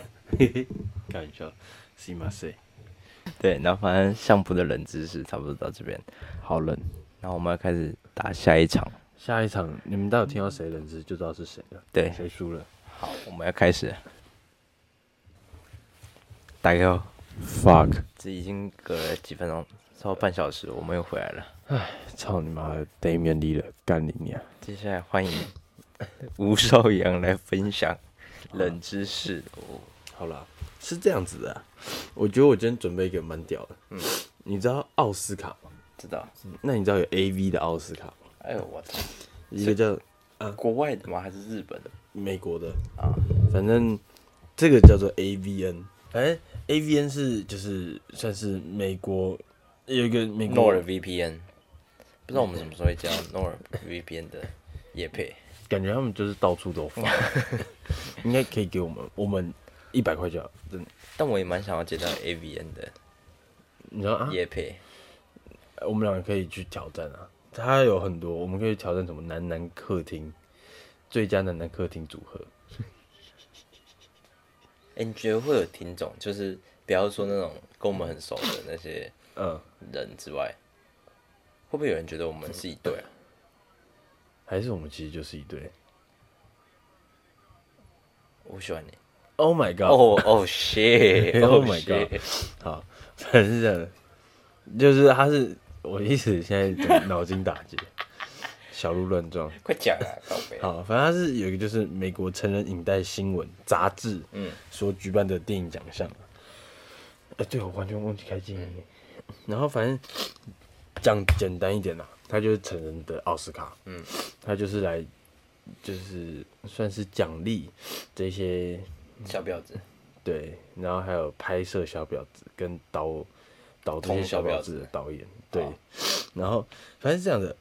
[SPEAKER 1] 开玩笑，是吗？塞，
[SPEAKER 2] 对，然后反正相扑的冷知识差不多到这边，
[SPEAKER 1] 好冷。
[SPEAKER 2] 然后我们要开始打下一场，
[SPEAKER 1] 下一场你们待会听到谁冷知就知道是谁了，
[SPEAKER 2] 对
[SPEAKER 1] 谁输了。
[SPEAKER 2] 好，我们要开始，打开哦，
[SPEAKER 1] Fuck，
[SPEAKER 2] 这已经隔了几分钟，超过半小时，我们又回来了。
[SPEAKER 1] 操你妈的，Damian Lee 了，干你娘！
[SPEAKER 2] 接下来欢迎 吴少阳来分享冷知识。哦，
[SPEAKER 3] 好啦，是这样子的啊、我觉得我今天准备一个蛮屌的。嗯，你知道奥斯卡吗？
[SPEAKER 2] 知道。
[SPEAKER 3] 那你知道有 A V 的奥斯卡吗？
[SPEAKER 2] 哎呦，我操！
[SPEAKER 3] 一个叫啊
[SPEAKER 2] 国外的吗？还是日本的？
[SPEAKER 3] 美国的
[SPEAKER 2] 啊，
[SPEAKER 3] 反正这个叫做 A V N，反
[SPEAKER 1] 哎
[SPEAKER 3] 正 A V N 是就是算是美国有一个美
[SPEAKER 1] 嗯
[SPEAKER 3] 国
[SPEAKER 2] VPN，不知道我们什么时候会加 Nor VPN 的也配。
[SPEAKER 1] 感觉他们就是到处 都放，应该可以给我们，我们一百块就好，真的。
[SPEAKER 2] 但我也蛮想要接到 AVN 的
[SPEAKER 1] 你知道啊？
[SPEAKER 2] 也配。
[SPEAKER 1] 我们两个可以去挑战啊，它有很多，我们可以挑战什么男男客厅，最佳男男客厅组合。
[SPEAKER 2] 哎、你觉得会有听众，就是不要说那种跟我们很熟的那些
[SPEAKER 1] 嗯，
[SPEAKER 2] 人之外，会不会有人觉得我们是一对啊？
[SPEAKER 1] 还是我们其实就是一对。
[SPEAKER 2] 我喜欢你。
[SPEAKER 1] Oh my god！、
[SPEAKER 2] 哦哦 shit！
[SPEAKER 1] Oh
[SPEAKER 2] Oh
[SPEAKER 1] my
[SPEAKER 2] my god！
[SPEAKER 1] 好，反正是这样的，就是他是我的意思，现在脑筋打结，小鹿乱撞。
[SPEAKER 2] 快讲啊，宝贝。
[SPEAKER 1] 好，反正它是有一个就是美国成人影带新闻杂志，
[SPEAKER 2] 嗯
[SPEAKER 1] 所举办的电影奖项。啊哎、对，我完全忘记开静音了。
[SPEAKER 2] 嗯
[SPEAKER 1] 然后反正讲简单一点啦，它就是成人的奥斯卡，
[SPEAKER 2] 嗯，
[SPEAKER 1] 它就是来就是算是奖励这些
[SPEAKER 2] 小婊子，
[SPEAKER 1] 对，然后还有拍摄小婊子跟导导这些小婊子哦的导演，对
[SPEAKER 2] 好，
[SPEAKER 1] 然后反正是这样的，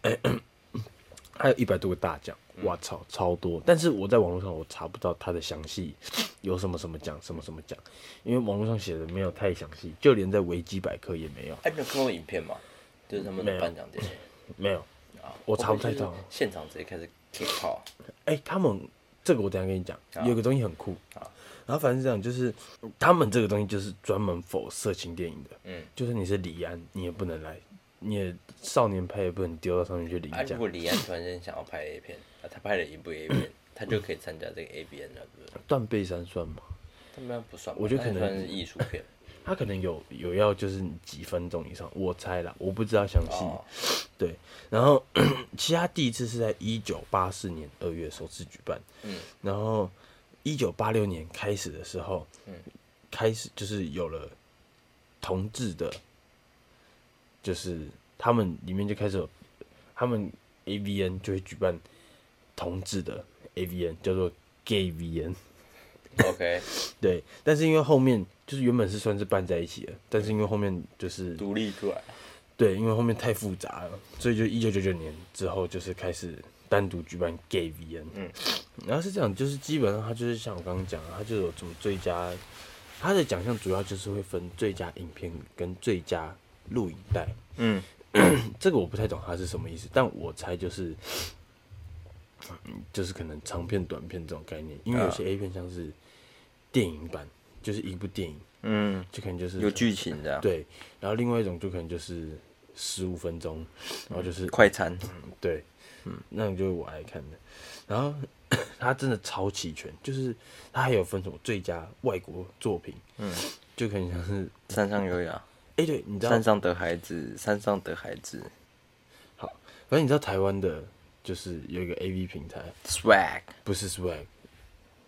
[SPEAKER 1] 还有一百多个大奖，哇操，超多！但是我在网络上我查不到它的详细有什么什么奖，什么什么奖，因为网络上写的没有太详细，就连在维基百科也没有，
[SPEAKER 2] 哎，你有看过影片吗？就是他们
[SPEAKER 1] 没有
[SPEAKER 2] 颁奖这些
[SPEAKER 1] 没有。
[SPEAKER 2] 啊，
[SPEAKER 1] 我查不太
[SPEAKER 2] 会就是
[SPEAKER 1] 到
[SPEAKER 2] 现场直接开始 kick 炮，
[SPEAKER 1] 哎、他们这个我等一下跟你讲，
[SPEAKER 2] 好
[SPEAKER 1] 有个东西很酷
[SPEAKER 2] 好。
[SPEAKER 1] 然后反正是这样，就是他们这个东西就是专门否色情电影的，
[SPEAKER 2] 嗯，
[SPEAKER 1] 就是你是李安，你也不能来，你也少年派也不能丢到上面去领
[SPEAKER 2] 啊，如
[SPEAKER 1] 奖。
[SPEAKER 2] 果李安突然间想要拍 A 片，啊，他拍了一部 A 片，他就可以参加这个 A B N 了，对不对？
[SPEAKER 1] 断背山算吗？
[SPEAKER 2] 他们不算吧，
[SPEAKER 1] 我觉得
[SPEAKER 2] 那
[SPEAKER 1] 可能
[SPEAKER 2] 算是艺术片。
[SPEAKER 1] 他可能有有要就是你几分钟以上，我猜啦，我不知道详细。
[SPEAKER 2] 哦，
[SPEAKER 1] 对，然后 其他第一次是在一九八四年二月首次举办，
[SPEAKER 2] 嗯，
[SPEAKER 1] 然后一九八六年开始的时候，
[SPEAKER 2] 嗯
[SPEAKER 1] 开始就是有了同志的，就是他们里面就开始有，他们 AVN 就会举办同志的 AVN，叫做 Gay VN。
[SPEAKER 2] OK，
[SPEAKER 1] 对，但是因为后面就是原本是算是办在一起的，但是因为后面就是
[SPEAKER 2] 独立出来，
[SPEAKER 1] 对，因为后面太复杂了，所以就一九九九年之后就是开始单独举办 Gay VN，嗯，然后是这样，就是基本上它就是像我刚刚讲的，它就有什么最佳，它的奖项主要就是会分最佳影片跟最佳录影带，
[SPEAKER 2] 嗯，
[SPEAKER 1] 这个我不太懂它是什么意思，但我猜就是，嗯就是可能长片、短片这种概念，因为有
[SPEAKER 2] 啊
[SPEAKER 1] 些 A 片像是电影版，就是一部电影，
[SPEAKER 2] 嗯，
[SPEAKER 1] 就可能就是
[SPEAKER 2] 有剧情的、啊，，
[SPEAKER 1] 对，然后另外一种就可能就是十五分钟，然后就是
[SPEAKER 2] 快餐，
[SPEAKER 1] 对，嗯，那种就是我爱看的。然后 它真的超齐全，就是它还有分什么最佳外国作品，嗯，就可能像是，
[SPEAKER 2] 山上优雅，
[SPEAKER 1] 哎、对，你知道，
[SPEAKER 2] 山上的孩子，山上的孩子
[SPEAKER 1] 好，反正你知道台湾的，就是有一个 A V 平台，
[SPEAKER 2] ，swag，
[SPEAKER 1] 不是 Swag，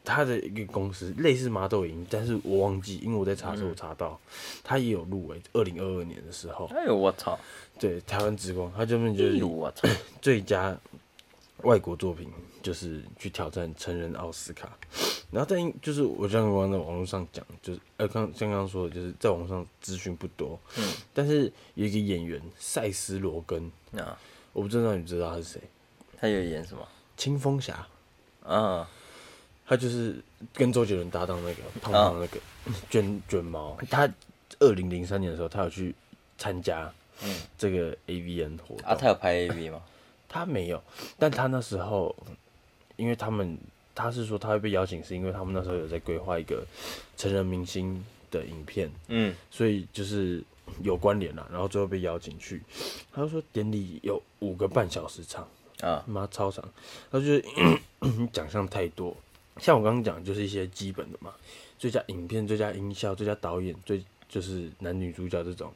[SPEAKER 1] 它的一个公司类似麻豆营，但是我忘记，因为我在查的时候我查到，它也有入围二零二二年的时候，
[SPEAKER 2] 哎呦我操，
[SPEAKER 1] 对，台湾之光，它这边
[SPEAKER 2] 哎
[SPEAKER 1] 就是
[SPEAKER 2] 呦我操，
[SPEAKER 1] 最佳外国作品，就是去挑战成人奥斯卡。 然后但因就是我刚刚在网络上讲，就是呃刚刚刚说的，就是在网上资讯不多，嗯，但是有一个演员塞斯罗根，
[SPEAKER 2] 啊，
[SPEAKER 1] 我不知道你知道他是谁，
[SPEAKER 2] 他有演什么？
[SPEAKER 1] 青蜂侠，哦
[SPEAKER 2] 啊，
[SPEAKER 1] 他就是跟周杰伦搭档那个胖胖那个、卷卷毛，他二零零三年的时候，他有去参加这个 AVN 活动，
[SPEAKER 2] 啊，他有拍 AV 吗？
[SPEAKER 1] 他没有，但他那时候，因为他们他是说他会被邀请，是因为他们那时候有在规划一个成人明星的影片，
[SPEAKER 2] 嗯，
[SPEAKER 1] 所以就是有关联啦。然后最后被邀请去，他就说典礼有五个半小时长，
[SPEAKER 2] 啊，
[SPEAKER 1] 妈超长，他就是 奖项太多，像我刚刚讲的就是一些基本的嘛，最佳影片、最佳音效、最佳导演、最就是男女主角这种。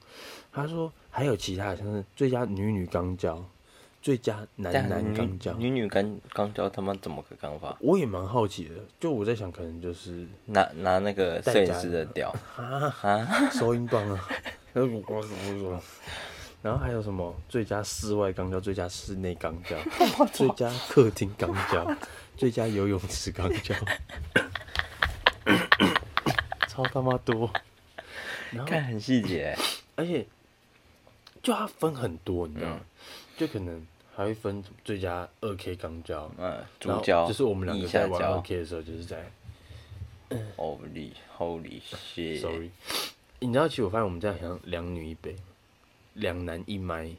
[SPEAKER 1] 他说还有其他的像是最佳女女肛交、最佳男
[SPEAKER 2] 但
[SPEAKER 1] 男
[SPEAKER 2] 女
[SPEAKER 1] 肛交，
[SPEAKER 2] 女女刚刚交他妈怎么个刚法？
[SPEAKER 1] 我也蛮好奇的，就我在想可能就是
[SPEAKER 2] 拿拿那个摄
[SPEAKER 1] 戴
[SPEAKER 2] 影
[SPEAKER 1] 假
[SPEAKER 2] 师的屌，
[SPEAKER 1] 收音棒啊， 然后还有什么最佳室外肛交、最佳室内肛交、最佳客厅肛交、 最佳游泳池肛交，超他妈多！然后
[SPEAKER 2] 看很细节，
[SPEAKER 1] 而且就它分很多，你知
[SPEAKER 2] 嗯
[SPEAKER 1] 道吗？就可能还会分最佳二 K 肛交，
[SPEAKER 2] 嗯，
[SPEAKER 1] 然
[SPEAKER 2] 主
[SPEAKER 1] 后
[SPEAKER 2] 角
[SPEAKER 1] 就是我们两
[SPEAKER 2] 腋
[SPEAKER 1] 个
[SPEAKER 2] 下
[SPEAKER 1] 在玩二
[SPEAKER 2] 交
[SPEAKER 1] K 的时候，就是在
[SPEAKER 2] ，Holy Holy shit，
[SPEAKER 1] Sorry，你知道，其实我发现我们这样好像两女一北，两男一麦，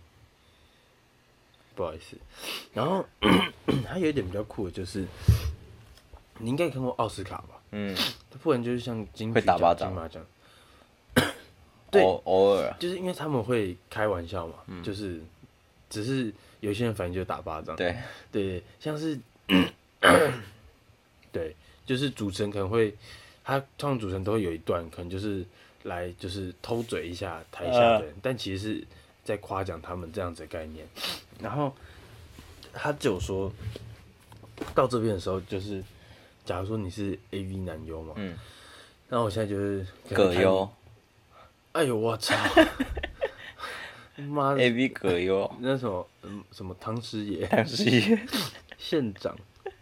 [SPEAKER 1] 不好意思。然后 还有一点比较酷的就是，你应该看过奥斯卡吧？
[SPEAKER 2] 嗯，
[SPEAKER 1] 不然就是像金
[SPEAKER 2] 会
[SPEAKER 1] 曲
[SPEAKER 2] 打巴
[SPEAKER 1] 奖、
[SPEAKER 2] 掌
[SPEAKER 1] 金马奖，对
[SPEAKER 2] 偶偶尔
[SPEAKER 1] 就是因为他们会开玩笑嘛，
[SPEAKER 2] 嗯
[SPEAKER 1] 就是只是有些人反应就打巴掌，
[SPEAKER 2] 对，
[SPEAKER 1] 对，像是，对，就是主持人可能会，他通常主持人都会有一段，可能就是来就是偷嘴一下台下的人，
[SPEAKER 2] 呃
[SPEAKER 1] 但其实是在夸奖他们这样子的概念。然后他就有说，到这边的时候，就是假如说你是 A V 男优嘛，
[SPEAKER 2] 嗯，
[SPEAKER 1] 那我现在就是可能
[SPEAKER 2] 葛
[SPEAKER 1] 看
[SPEAKER 2] 优
[SPEAKER 1] 哎呦我 操，妈的，
[SPEAKER 2] A V 葛优，
[SPEAKER 1] 那什么嗯什么汤师爷。
[SPEAKER 2] 但是
[SPEAKER 1] 县长，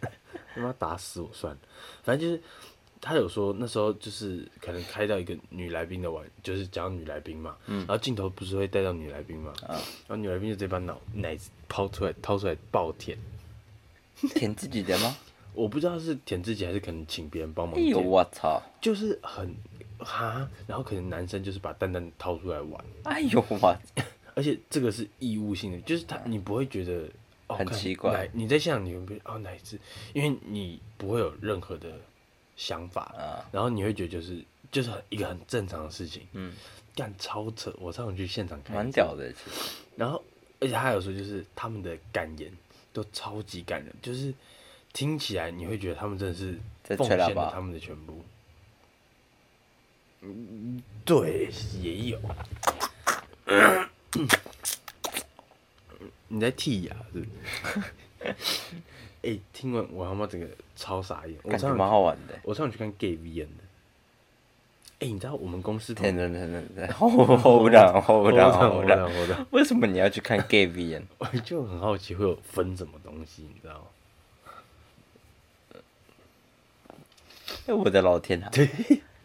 [SPEAKER 1] 他妈打死我算了。反正就是他有说那时候就是可能开到一个女来宾的玩，就是讲女来宾嘛，
[SPEAKER 2] 嗯
[SPEAKER 1] 然后镜头不是会带到女来宾嘛，
[SPEAKER 2] 啊
[SPEAKER 1] 然后女来宾就直接把脑奶子抛出来，掏出来爆舔。
[SPEAKER 2] 舔自己的吗？
[SPEAKER 1] 我不知道是舔自己还是可能请别人帮忙
[SPEAKER 2] 哎呦
[SPEAKER 1] 舔，
[SPEAKER 2] 我操，
[SPEAKER 1] 就是很哈，然后可能男生就是把蛋蛋掏出来玩，
[SPEAKER 2] 哎呦我，
[SPEAKER 1] 而且这个是义务性的，就是他你不会觉得、哦、
[SPEAKER 2] 嗯很
[SPEAKER 1] 看
[SPEAKER 2] 奇怪
[SPEAKER 1] 奶你在现场你会不会哦哪一只？因为你不会有任何的想法，
[SPEAKER 2] 啊
[SPEAKER 1] 然后你会觉得就是就是很一个很正常的事情，嗯，干超扯！我上次去现场看，
[SPEAKER 2] 蛮屌，的，其实
[SPEAKER 1] 然后而且他有时候就是他们的感言都超级感人，就是听起来你会觉得他们真的是
[SPEAKER 2] 在
[SPEAKER 1] 奉
[SPEAKER 2] 吹
[SPEAKER 1] 献
[SPEAKER 2] 喇叭
[SPEAKER 1] 了他们的全部。嗯，对，也有。嗯你在剔牙是不是？ 哎、听完我他妈整个超傻眼，我
[SPEAKER 2] 感觉
[SPEAKER 1] 上嗯
[SPEAKER 2] 蛮好玩的。
[SPEAKER 1] 我上去看 gay VN 的。哎、你知道我们公司同
[SPEAKER 2] 舔舔舔 舔，hold on hold on hold
[SPEAKER 1] 我
[SPEAKER 2] on，
[SPEAKER 1] 我的，
[SPEAKER 2] 为什么你要去看 gay V N？
[SPEAKER 1] 我就很好奇会有分什么东西，你知道吗？
[SPEAKER 2] 哎我的老天啊！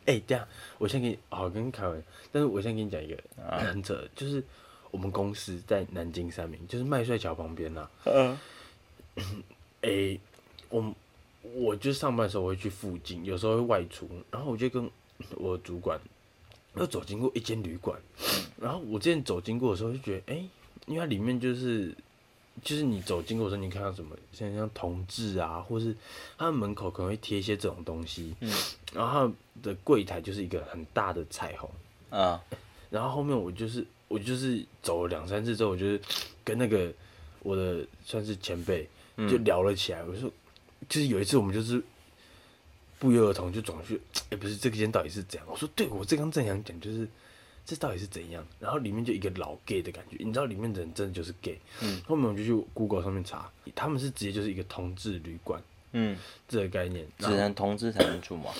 [SPEAKER 1] 哎、欸，这样我先给你，好、跟你开玩笑，但是我先给你讲一个很扯啊的，就是我们公司在南京三明，就是麦帅桥旁边啦、
[SPEAKER 2] 嗯
[SPEAKER 1] 诶、我我就上班的时候我会去附近，有时候会外出，然后我就跟我的主管又走经过一间旅馆，然后我之前走经过的时候就觉得，诶、因为它里面就是就是你走经过的时候，你看到什么，像像同志啊，或是他们门口可能会贴一些这种东西，然后它的柜台就是一个很大的彩虹，
[SPEAKER 2] 啊，
[SPEAKER 1] 然后后面我就是我就是走了两三次之后，我就是跟那个我的算是前辈就聊了起来。我说，就是有一次我们就是不约而同就转去，哎、不是这个间到底是怎样？我说，对我这刚正想讲，就是这到底是怎样？然后里面就一个老 gay 的感觉，你知道里面的人真的就是 gay。嗯，后面我就去 Google 上面查，他们是直接就是一个同志旅馆
[SPEAKER 2] 嗯，
[SPEAKER 1] 这个概念，
[SPEAKER 2] 只
[SPEAKER 1] 然后
[SPEAKER 2] 能同志才能住嘛，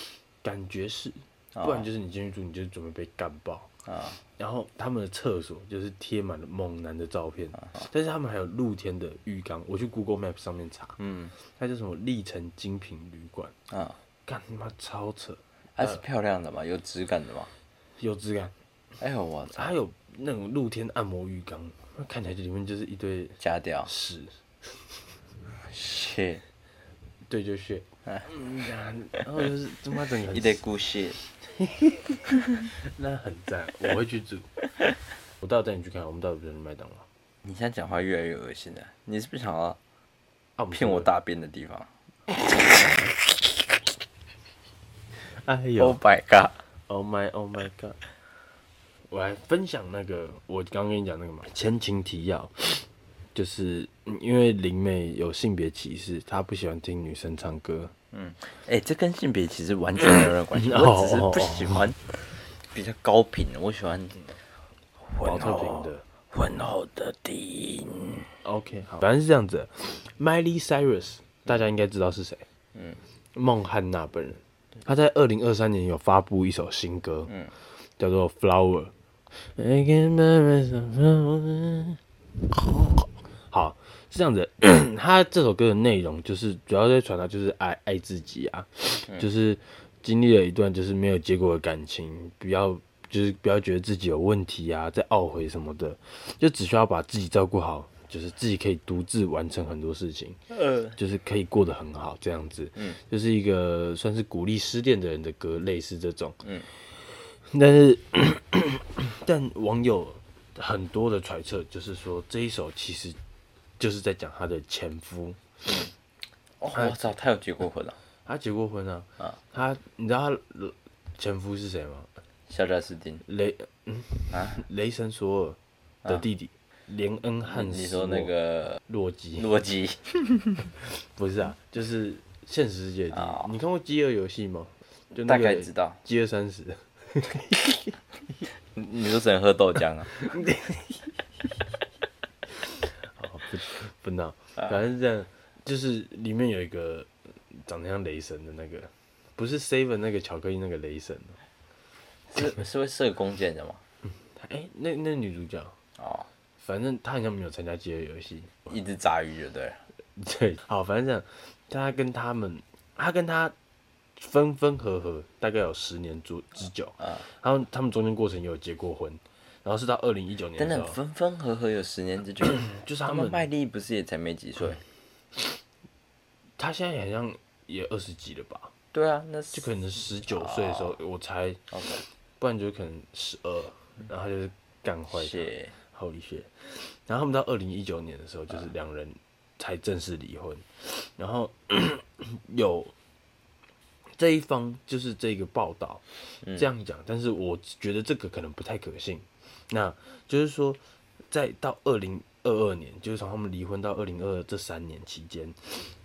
[SPEAKER 1] 感觉是，
[SPEAKER 2] 哦
[SPEAKER 1] 不然就是你进去住，你就准备被干爆。
[SPEAKER 2] 啊，
[SPEAKER 1] 然后他们的厕所就是贴满了猛男的照片，
[SPEAKER 2] 啊
[SPEAKER 1] 但是他们还有露天的浴缸。我去 Google Map 上面查，
[SPEAKER 2] 嗯，
[SPEAKER 1] 它叫什么历城精品旅馆，
[SPEAKER 2] 啊，
[SPEAKER 1] 干他妈超扯，
[SPEAKER 2] 还是漂亮的嘛，有质感的嘛，
[SPEAKER 1] 有质感，
[SPEAKER 2] 哎呦我操，
[SPEAKER 1] 还有那种露天按摩浴缸，那看起来就里面就是一堆
[SPEAKER 2] 加掉
[SPEAKER 1] 屎，
[SPEAKER 2] ，shit，
[SPEAKER 1] 对，就血，嗯呀然后就是他妈整个
[SPEAKER 2] 哎 一
[SPEAKER 1] 很
[SPEAKER 2] 堆故事，
[SPEAKER 1] 那很赞，我会去住。我到底带你去看，我们到底不是麦当劳？
[SPEAKER 2] 你现在讲话越来越恶心了，你是不是想要
[SPEAKER 1] 啊，们
[SPEAKER 2] 骗我大便的地方
[SPEAKER 1] 哎呦
[SPEAKER 2] ？Oh my god，
[SPEAKER 1] Oh my, oh my god！我来分享那个我刚刚跟你讲那个嘛，前情提要，就是嗯因为灵妹有性别歧视，她不喜欢听女生唱歌。
[SPEAKER 2] 嗯，哎，这跟性别其实完全没有任何关系，
[SPEAKER 1] 哦
[SPEAKER 2] 我只是不喜欢比较高频的，我喜欢
[SPEAKER 1] 保
[SPEAKER 2] 浑
[SPEAKER 1] 特瓶
[SPEAKER 2] 厚
[SPEAKER 1] 的
[SPEAKER 2] 浑厚的低音。
[SPEAKER 1] OK，好，反正是这样子。Miley Cyrus，大家应该知道是谁，嗯，孟汉娜本人，她在二零二三年有发布一首新歌，嗯，叫做《Flower》。I can buy myself flowers 好，是这样子， 他这首歌的内容就是主要在传达就是爱爱自己啊，就是经历了一段就是没有结果的感情，不要就是不要觉得自己有问题啊，在懊悔什么的，就只需要把自己照顾好，就是自己可以独自完成很多事情，
[SPEAKER 2] 呃，
[SPEAKER 1] 就是可以过得很好这样子，
[SPEAKER 2] 嗯，
[SPEAKER 1] 就是一个算是鼓励失恋的人的歌，类似这种，
[SPEAKER 2] 嗯，
[SPEAKER 1] 但是 但网友很多的揣测就是说这一首其实就是在讲她的前夫，
[SPEAKER 2] 哦，我操，他有结过婚了，
[SPEAKER 1] 她结过婚啊，
[SPEAKER 2] 啊
[SPEAKER 1] 她你知道她的前夫是谁吗？
[SPEAKER 2] 小贾斯汀
[SPEAKER 1] 雷嗯
[SPEAKER 2] 啊
[SPEAKER 1] 雷神索尔的弟弟。连恩汉斯，
[SPEAKER 2] 你说那 个
[SPEAKER 1] 洛基，
[SPEAKER 2] 洛基
[SPEAKER 1] 不是啊，就是现实世界的地狱
[SPEAKER 2] 哦
[SPEAKER 1] 你看过《饥饿游戏》吗？就那
[SPEAKER 2] 大
[SPEAKER 1] 个
[SPEAKER 2] 概知道，
[SPEAKER 1] 饥饿三十》，
[SPEAKER 2] 你你说只能喝豆浆啊？
[SPEAKER 1] 好哦不不 闹，反正这样，就是里面有一个长得像雷神的那个，不是 Seven 那个巧克力那个雷神哦，
[SPEAKER 2] 是是会射弓箭的吗？
[SPEAKER 1] 他哎、那那女主角，
[SPEAKER 2] 哦，
[SPEAKER 1] 反正她好像没有参加饥饿游戏，
[SPEAKER 2] 一只杂鱼就对了。
[SPEAKER 1] 对，好，反正这样，她跟他们，她跟他分分合合，大概有十年之之久，
[SPEAKER 2] 啊
[SPEAKER 1] 然后他们中间过程也有结过婚，然后是到二零一九年
[SPEAKER 2] 等
[SPEAKER 1] 的时
[SPEAKER 2] 等，
[SPEAKER 1] 候，
[SPEAKER 2] 分分合合有十年 之久，
[SPEAKER 1] 就是
[SPEAKER 2] 他
[SPEAKER 1] 他
[SPEAKER 2] 们嗯
[SPEAKER 1] 们
[SPEAKER 2] 麦莉不是也才没几岁？
[SPEAKER 1] 他现在好像也二十几了吧？
[SPEAKER 2] 对啊，那
[SPEAKER 1] 就是可能十九岁的时候，我猜，
[SPEAKER 2] OK，
[SPEAKER 1] 不然就可能十二，然后他就是干坏他
[SPEAKER 2] 哦谢
[SPEAKER 1] ，Holy shit！然后他们到二零一九年的时候，就是两人才正式离婚，然后 有这一方就是这个报道这样讲，但是我觉得这个可能不太可信。那就是说，在到二零二二年，就是从他们离婚到二零二这三年期间，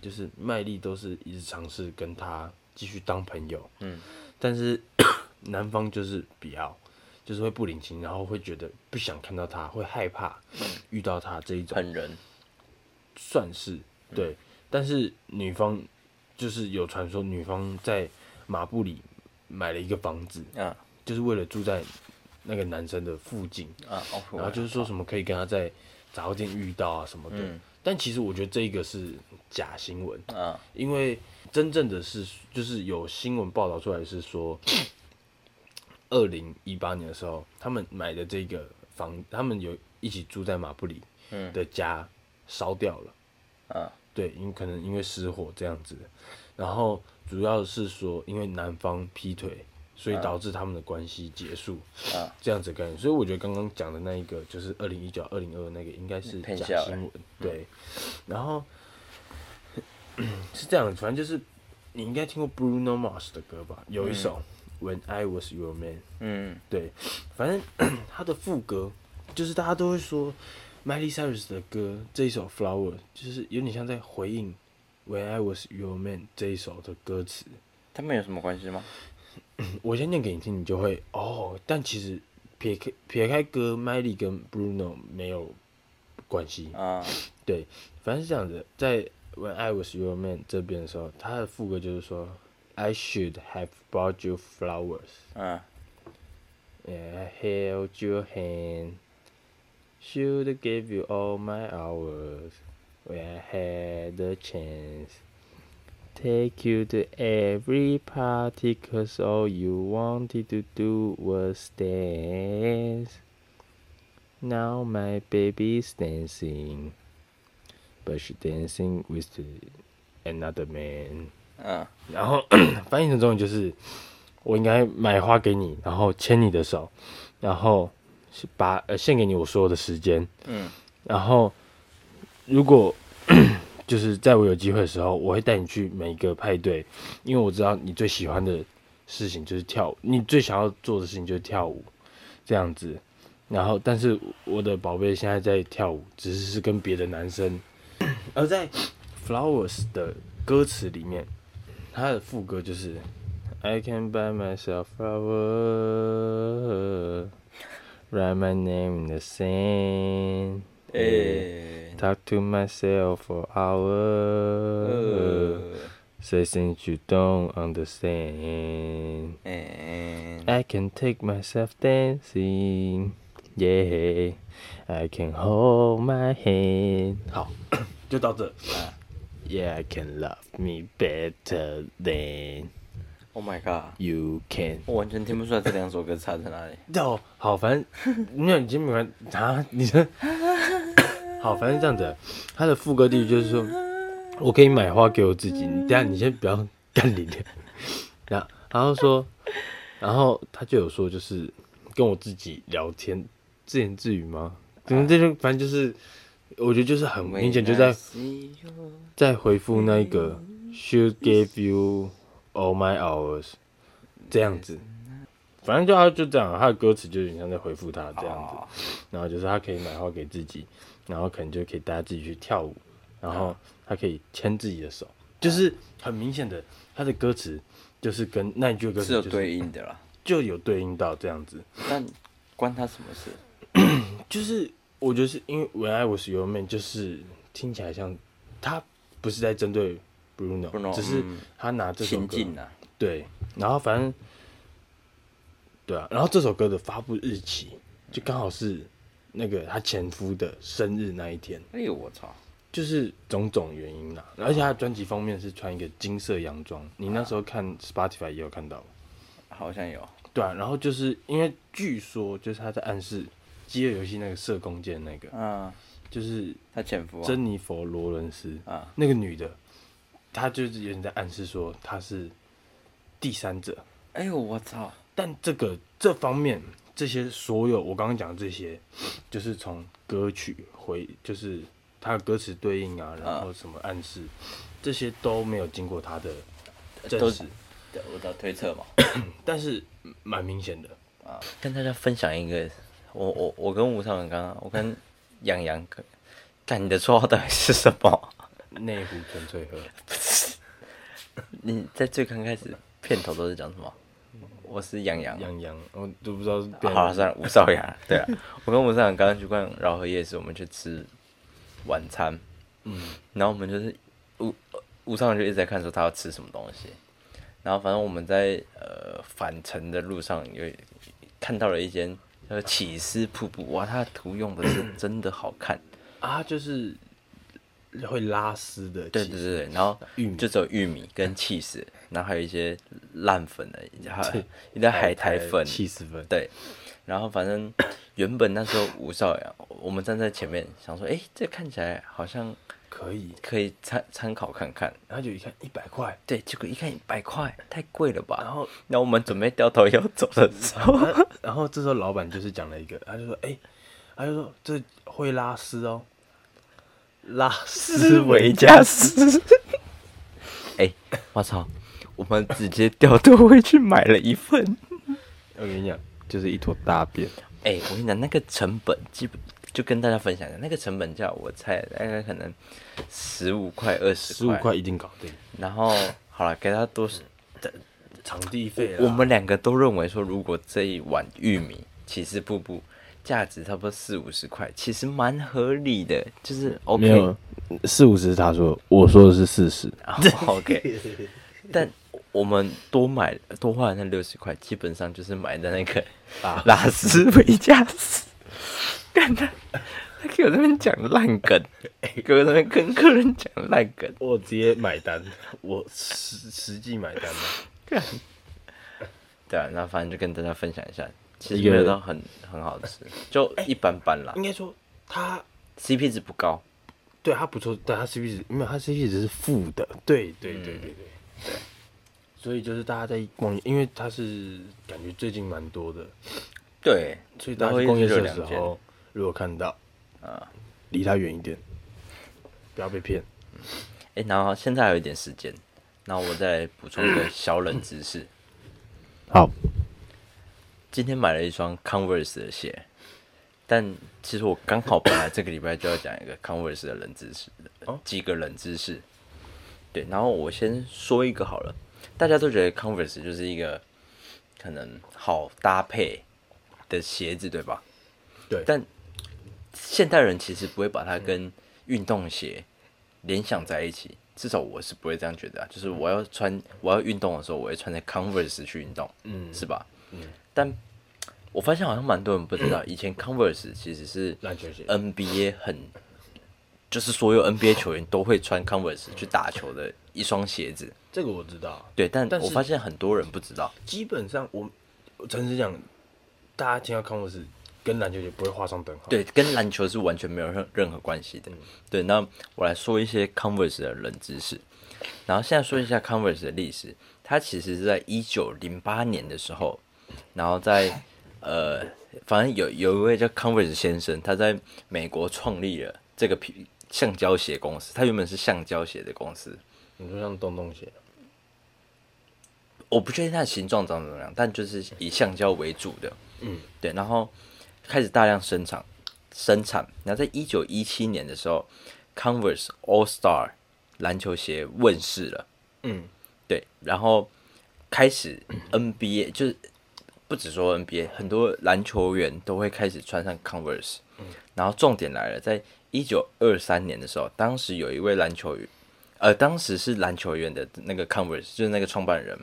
[SPEAKER 1] 就是麦莉都是一直尝试跟他继续当朋友，
[SPEAKER 2] 嗯，
[SPEAKER 1] 但是 男方就是不要，就是会不领情，然后会觉得不想看到他，会害怕遇到他这一种，
[SPEAKER 2] 狠人
[SPEAKER 1] 算是
[SPEAKER 2] 嗯
[SPEAKER 1] 对。但是女方就是有传说，女方在马布里买了一个房子，
[SPEAKER 2] 啊
[SPEAKER 1] 就是为了住在那个男生的附近，
[SPEAKER 2] 啊！哦
[SPEAKER 1] 然后就是说什么可以跟他在杂货店遇到啊什么的。
[SPEAKER 2] 嗯
[SPEAKER 1] 但其实我觉得这一个是假新闻，
[SPEAKER 2] 啊，
[SPEAKER 1] 因为真正的是就是有新闻报道出来是说，二零一八年的时候，他们买的这个房，他们有一起住在马布里
[SPEAKER 2] 嗯
[SPEAKER 1] 的家烧掉了，
[SPEAKER 2] 啊
[SPEAKER 1] 对，因可能因为失火这样子，然后主要是说因为男方劈腿，所以导致他们的关系结束，
[SPEAKER 2] 啊
[SPEAKER 1] 这样子的概念。所以我觉得刚刚讲的那一个就是二零一九、二零二那个应该是
[SPEAKER 2] 骗
[SPEAKER 1] 假
[SPEAKER 2] 笑欸
[SPEAKER 1] 新闻，对。然后是这样的，反正就是你应该听过 Bruno Mars 的歌吧？有一首、When I Was Your Man》。
[SPEAKER 2] 嗯，
[SPEAKER 1] 对，反正 他的副歌就是大家都会说 Miley Cyrus 的歌这一首《Flower》就是有点像在回应《When I Was Your Man》这一首的歌词。
[SPEAKER 2] 他们有什么关系吗？
[SPEAKER 1] 我先念给你听，你就会哦。但其实撇开撇开歌，Miley 跟 Bruno 没有关系。
[SPEAKER 2] 啊，
[SPEAKER 1] 对，反正是这样子，在 When I Was Your Man 这边的时候，他的副歌就是说 I should have brought you flowers。
[SPEAKER 2] 嗯，
[SPEAKER 1] Yeah, I held your hand. Should give you all my hours when I had the chance. Take you to every party 'cause all you wanted to do was dance. Now my baby's dancing, but she's dancing with another man.
[SPEAKER 2] 嗯，
[SPEAKER 1] 然后 翻译成中文就是，我应该买花给你，然后牵你的手，然后是把呃献给你我所有的时间，
[SPEAKER 2] 嗯，
[SPEAKER 1] 然后如果 就是在我有机会的时候，我会带你去每一个派对，因为我知道你最喜欢的事情就是跳舞，你最想要做的事情就是跳舞，这样子。然后，但是我的宝贝现在在跳舞，只是是跟别的男生。 而在 Flowers 的歌词里面，他的副歌就是 I can buy myself flower, write my name in the sand,
[SPEAKER 2] 诶，
[SPEAKER 1] talk to myself for hours,
[SPEAKER 2] 呃，
[SPEAKER 1] say things you don't understand.
[SPEAKER 2] 诶，
[SPEAKER 1] I can take myself dancing, yeah, I can hold my hand. 好，就到这。Yeah, I can love me better than
[SPEAKER 2] ，Oh my god，
[SPEAKER 1] you can.
[SPEAKER 2] 我完全听不出来这两首歌差在哪里。
[SPEAKER 1] 哦，好，反正没有，你今天没玩啊？你这 好，反正这样子，他的副歌第一句就是说，我可以买花给我自己，你等下你先不要干你的，然后然后说，然后他就有说就是跟我自己聊天，自言自语吗？怎么这就反正就是，我觉得就是很明显就在
[SPEAKER 2] When I see you
[SPEAKER 1] 在回复那个
[SPEAKER 2] 嗯
[SPEAKER 1] should give you all my hours 这样子，反正就他就这样，他的歌词就有点像在回复他这样
[SPEAKER 2] 哦
[SPEAKER 1] 子，然后就是他可以买花给自己，然后可能就可以大家自己去跳舞，然后他可以牵自己的手，就是很明显的，他的歌词就是跟那一句歌
[SPEAKER 2] 是
[SPEAKER 1] 词
[SPEAKER 2] 有
[SPEAKER 1] 就是
[SPEAKER 2] 对应的啦，
[SPEAKER 1] 就有对应到这样子，
[SPEAKER 2] 但关他什么事？
[SPEAKER 1] 就是我觉得是因为《When I Was Your Man》就是听起来像他不是在针对 Bruno，,
[SPEAKER 2] Bruno，
[SPEAKER 1] 只是
[SPEAKER 2] 嗯
[SPEAKER 1] 他拿这首
[SPEAKER 2] 情
[SPEAKER 1] 歌
[SPEAKER 2] 境啊，
[SPEAKER 1] 对，然后反正对啊，然后这首歌的发布日期就刚好是那个他前夫的生日那一天，
[SPEAKER 2] 哎呦我操，
[SPEAKER 1] 就是种种原因啦。而且他的专辑封面是穿一个金色洋装，你那时候
[SPEAKER 2] 啊
[SPEAKER 1] 看 Spotify 也有看到。
[SPEAKER 2] 好像有，
[SPEAKER 1] 对啊，然后就是因为据说就是他在暗示《饥饿游戏》那个射弓箭那个，
[SPEAKER 2] 嗯，
[SPEAKER 1] 就是
[SPEAKER 2] 他前夫啊
[SPEAKER 1] 珍妮佛·罗伦斯
[SPEAKER 2] 啊，
[SPEAKER 1] 那个女的，她就是有点在暗示说她是第三者，
[SPEAKER 2] 哎呦我操，
[SPEAKER 1] 但这个这方面这些所有我刚刚讲的这些，就是从歌曲回就是它的歌词对应啊，然后什么暗示，这些都没有经过他的证
[SPEAKER 2] 呃都
[SPEAKER 1] 实，
[SPEAKER 2] 对我的推测嘛。
[SPEAKER 1] 但是嗯蛮明显的。
[SPEAKER 2] 跟大家分享一个，我我我跟吴尚文刚刚，我跟杨洋哥，干你的绰号到底是什么？
[SPEAKER 1] 内湖纯粹喝，
[SPEAKER 2] 你在最刚开始片头都是讲什么？我是杨洋。啊
[SPEAKER 1] 杨洋，我都不知道是变
[SPEAKER 2] 好了，算了，吴少阳。对啊，我跟吴少阳刚刚去逛饶河夜市，我们去吃晚餐。嗯，然后我们就是吴吴少阳就一直在看说他要吃什么东西，然后反正我们在呃返程的路上有看到了一间叫做起司瀑布，哇，它的图用的是真的好看。
[SPEAKER 1] 啊，就是会拉丝的，
[SPEAKER 2] 对对对对，然后
[SPEAKER 1] 玉米
[SPEAKER 2] 就只有玉米 跟 cheese，然后还有一些烂粉的，还有
[SPEAKER 1] 对
[SPEAKER 2] 一些海苔粉，
[SPEAKER 1] 七十分，
[SPEAKER 2] 对，然后反正原本那时候吴少阳，我们站在前面想说，诶，这看起来好像
[SPEAKER 1] 可以。
[SPEAKER 2] 可以参参考看看。
[SPEAKER 1] 然后就一 看一百块，
[SPEAKER 2] 对，结果一看一百块，太贵了吧？
[SPEAKER 1] 然后，
[SPEAKER 2] 那我们准备掉头要走的时候，
[SPEAKER 1] 然后然后这时候老板就是讲了一个，他就说，哎、他就说这会拉丝哦，拉丝为佳。
[SPEAKER 2] 加斯。 哎，我操！我们直接掉头回去买了一份。
[SPEAKER 1] 我跟你讲，就是一坨大便。
[SPEAKER 2] 哎、我跟你讲，那个成本基本就跟大家分享一下，那个成本价我猜大概可能十五块、二十
[SPEAKER 1] 十五块，一定搞定，
[SPEAKER 2] 然后好了，给他多少
[SPEAKER 1] 场地费
[SPEAKER 2] 我们两个都认为说，如果这一碗玉米起司瀑布价值差不多四五十块，其实蛮合理的，就是 OK。
[SPEAKER 1] 没有四五十是他说，我说的是四十。
[SPEAKER 2] 啊 OK，但我们多买多花了那六十块，基本上就是买的那 个
[SPEAKER 1] 啊
[SPEAKER 2] 拉斯维加斯。干他，他给我在那边讲烂梗， 给我在那边跟客人讲烂梗，
[SPEAKER 1] 我直接买单，我实实际买单了。
[SPEAKER 2] 干。对啊，那反正就跟大家分享一下，其
[SPEAKER 1] 一
[SPEAKER 2] 实
[SPEAKER 1] 个
[SPEAKER 2] 没有到很很好吃，就一般般啦、
[SPEAKER 1] 应该说他
[SPEAKER 2] c p 值不高。
[SPEAKER 1] 对他不错，但他 CP 值没有，他 CP 值是负的。对对对对对、对。
[SPEAKER 2] 嗯
[SPEAKER 1] 所以就是大家在逛，因为他是感觉最近蛮多的，
[SPEAKER 2] 对，
[SPEAKER 1] 所以大家
[SPEAKER 2] 会
[SPEAKER 1] 去逛夜
[SPEAKER 2] 热
[SPEAKER 1] 市的
[SPEAKER 2] 两
[SPEAKER 1] 时
[SPEAKER 2] 间
[SPEAKER 1] 候，如果看到，
[SPEAKER 2] 啊，
[SPEAKER 1] 离他远一点，不要被骗。
[SPEAKER 2] 哎、然后现在还有一点时间，那我再补 充一个小冷知识。
[SPEAKER 1] 好，
[SPEAKER 2] 今天买了一双 Converse 的鞋，但其实我刚好本来这个礼拜就要讲一个 Converse 的冷知识，几个冷知识。对，然后我先说一个好了，大家都觉得 Converse 就是一个可能好搭配的鞋子，对吧？
[SPEAKER 1] 对
[SPEAKER 2] 但现代人其实不会把它
[SPEAKER 1] 嗯
[SPEAKER 2] 跟运动鞋联想在一起，至少我是不会这样觉得啊。就是
[SPEAKER 1] 嗯
[SPEAKER 2] 我要穿，我要运动的时候，我会穿着 Converse 去运动，
[SPEAKER 1] 嗯
[SPEAKER 2] 是吧？但我发现好像蛮多人不知道，以前 Converse 其实是
[SPEAKER 1] 篮球鞋
[SPEAKER 2] NBA 很，就是所有 NBA 球员都会穿 Converse 去打球的一双鞋子。
[SPEAKER 1] 这个我知道。
[SPEAKER 2] 对，但
[SPEAKER 1] 但是
[SPEAKER 2] 我发现很多人不知道。
[SPEAKER 1] 基本上我，我诚实讲，大家听到 Converse 跟篮球鞋不会画上等号。，
[SPEAKER 2] 对，跟篮球是完全没有任任何关系的。对，那我来说一些 Converse 的冷知识，然后现在说一下 Converse 的历史。它其实是在一九零八年的时候，然后在呃，反正有有一位叫 Converse 先生，他在美国创立了这个皮橡胶鞋公司。他原本是橡胶鞋的公司，
[SPEAKER 1] 你说像洞洞鞋，
[SPEAKER 2] 我不确定它的形状长怎么样，但就是以橡胶为主的，嗯，对，然后开始大量生产，生产，然后在一九一七年的时候，Converse All Star 篮球鞋问世了，
[SPEAKER 1] 嗯，
[SPEAKER 2] 对，然后开始 NBA 就是不只说 NBA，很多篮球员都会开始穿上 Converse，然后重点来了，在一九二三年的时候，当时有一位篮球员，呃，当时是篮球员的那个 Converse，就是那个创办人，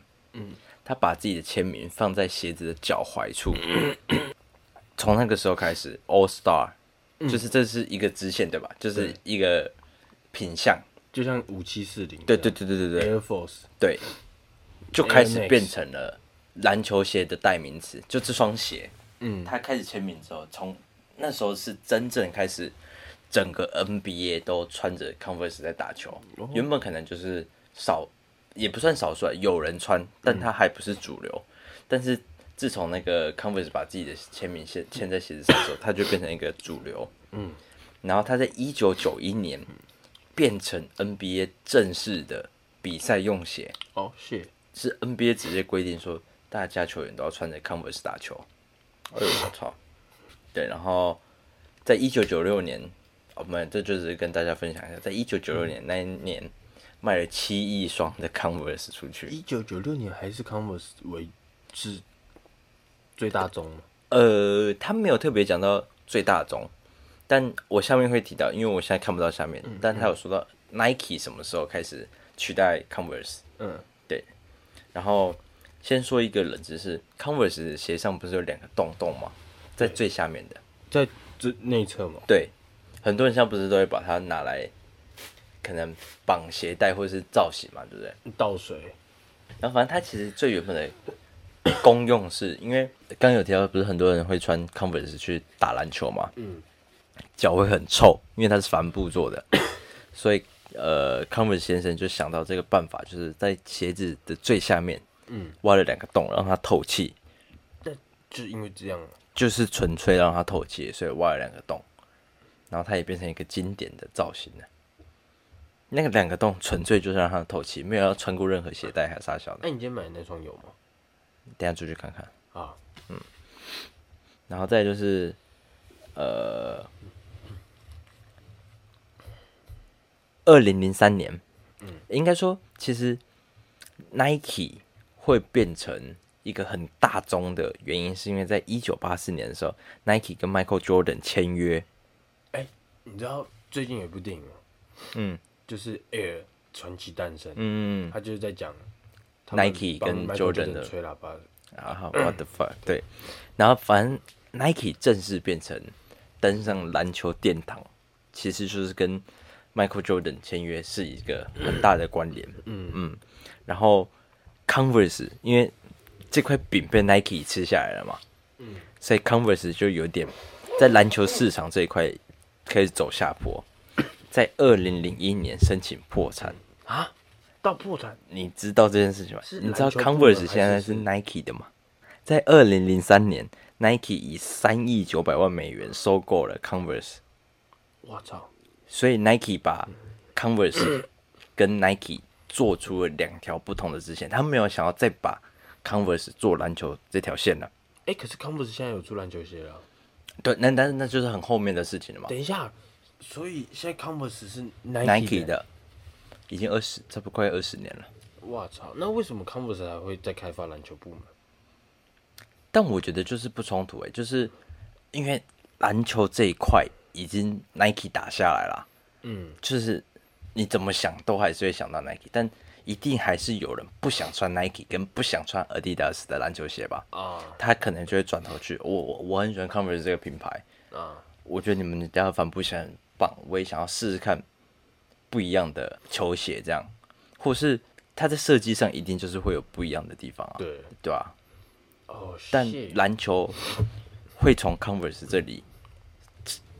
[SPEAKER 2] 他把自己的签名放在鞋子的脚踝处。从那个时候开始，All Star，、就是这是一个支线对吧？就是一个品相。
[SPEAKER 1] 就像五七四零，
[SPEAKER 2] 对对对对对对
[SPEAKER 1] Air Force，
[SPEAKER 2] 对，就开
[SPEAKER 1] Air
[SPEAKER 2] 始
[SPEAKER 1] Max
[SPEAKER 2] 变成了篮球鞋的代名词，就这双鞋。
[SPEAKER 1] 嗯，
[SPEAKER 2] 他开始签名之后，从那时候是真正开始，整个 NBA 都穿着 Converse 在打球。
[SPEAKER 1] 哦
[SPEAKER 2] 原本可能就是少，也不算少数，啊，有人穿，
[SPEAKER 1] 嗯
[SPEAKER 2] 但它还不是主流。但是自从那个 Converse 把自己的签名签签在鞋子上之后，它就变成一个主流。嗯，然后它在一九九一年变成 NBA 正式的比赛用鞋，
[SPEAKER 1] 哦，谢，
[SPEAKER 2] 是 NBA 直接规定说，大家球员都要穿着 Converse 打球。哎呦，我操！对，然后在一九九六年，我们这就只是跟大家分享一下，在一九九六年那一年卖了七亿双的 Converse 出去。
[SPEAKER 1] 一九九六年还是 Converse 为是最大宗嘛？
[SPEAKER 2] 呃，他没有特别讲到最大宗，但我下面会提到，因为我现在看不到下面，但他有说到 Nike 什么时候开始取代 Converse。
[SPEAKER 1] 嗯，
[SPEAKER 2] 对，然后先说一个冷知识，Converse 鞋上不是有两个洞洞吗？在最下面的。
[SPEAKER 1] 在这内侧嘛，
[SPEAKER 2] 对，很多人现在不是都会把它拿来，可能绑鞋带或者是造型嘛，对不对？
[SPEAKER 1] 倒水，
[SPEAKER 2] 然后反正它其实最原本的功用是因为刚刚有提到，不是很多人会穿 Converse 去打篮球嘛，嗯，脚会很臭，因为它是帆布做的，所以呃，Converse 先生就想到这个办法，就是在鞋子的最下面，嗯，挖了两个洞，让它透气，
[SPEAKER 1] 就是因为这样，
[SPEAKER 2] 就是纯粹让它透气，所以挖了两个洞，然后它也变成一个经典的造型了。那个两个洞纯粹就是让它透气，没有要穿过任何鞋带还是啥小的。
[SPEAKER 1] 哎那、你今天买的那双有吗？
[SPEAKER 2] 等一下出去看看。
[SPEAKER 1] 啊，
[SPEAKER 2] 然后再就是，呃，二零零三年，应该说，其实 Nike 会变成一个很大宗的原因，是因为在一九八四年的时候，Nike 跟 Michael Jordan 签约，
[SPEAKER 1] 哎、你知道最近有一部电影吗？
[SPEAKER 2] 嗯
[SPEAKER 1] 就是 Air 传奇诞生，
[SPEAKER 2] 嗯，
[SPEAKER 1] 他就是在讲
[SPEAKER 2] Nike 跟 Jordan 的
[SPEAKER 1] 吹喇叭，
[SPEAKER 2] 然后啊 What the fuck，对，然后反正 Nike 正式变成登上篮球殿堂，其实就是跟 Michael Jordan 签约是一个很大的关联。嗯嗯，然后 Converse 因为这块饼被 Nike 吃下来了嘛，嗯，所以 Converse 就有点在篮球市场这一块开始走下坡，在二零零一年申请破产。
[SPEAKER 1] 啊到破产，
[SPEAKER 2] 你知道这件事情吗
[SPEAKER 1] 是？
[SPEAKER 2] 你知道
[SPEAKER 1] 篮球部门
[SPEAKER 2] Converse
[SPEAKER 1] 还是
[SPEAKER 2] 现在是 Nike 的吗？在二零零三年，Nike 以三亿九百万美元收购了 Converse，
[SPEAKER 1] 我操，
[SPEAKER 2] 所以 Nike 把 Converse 跟 Nike 做出了两条不同的支线，他没有想要再把 Converse 做篮球这条线了。
[SPEAKER 1] 哎、可是 Converse 现在有出篮球鞋了。
[SPEAKER 2] 对，那但是那就是很后面的事情了嘛。
[SPEAKER 1] 等一下，所以现在 Converse 是
[SPEAKER 2] Nike
[SPEAKER 1] 的，
[SPEAKER 2] 的已经二十，差不多快二十年了。
[SPEAKER 1] 我操，那为什么 Converse 还会再开发篮球部门？
[SPEAKER 2] 但我觉得就是不冲突诶、欸就是因为篮球这一块已经 Nike 打下来了，
[SPEAKER 1] 嗯，
[SPEAKER 2] 就是你怎么想都还是会想到 Nike，但一定还是有人不想穿 Nike 跟不想穿 Adidas 的篮球鞋吧？
[SPEAKER 1] 啊
[SPEAKER 2] 他可能就会转头去，我我我很喜欢 Converse 这个品牌，
[SPEAKER 1] 啊，
[SPEAKER 2] 我觉得你们家的帆布鞋很棒，我也想要试试看不一样的球鞋，这样，或是它在设计上一定就是会有不一样的地方啊，
[SPEAKER 1] 对，
[SPEAKER 2] 对吧、啊？
[SPEAKER 1] 哦，
[SPEAKER 2] 但
[SPEAKER 1] 谢
[SPEAKER 2] 篮球会从 Converse 这里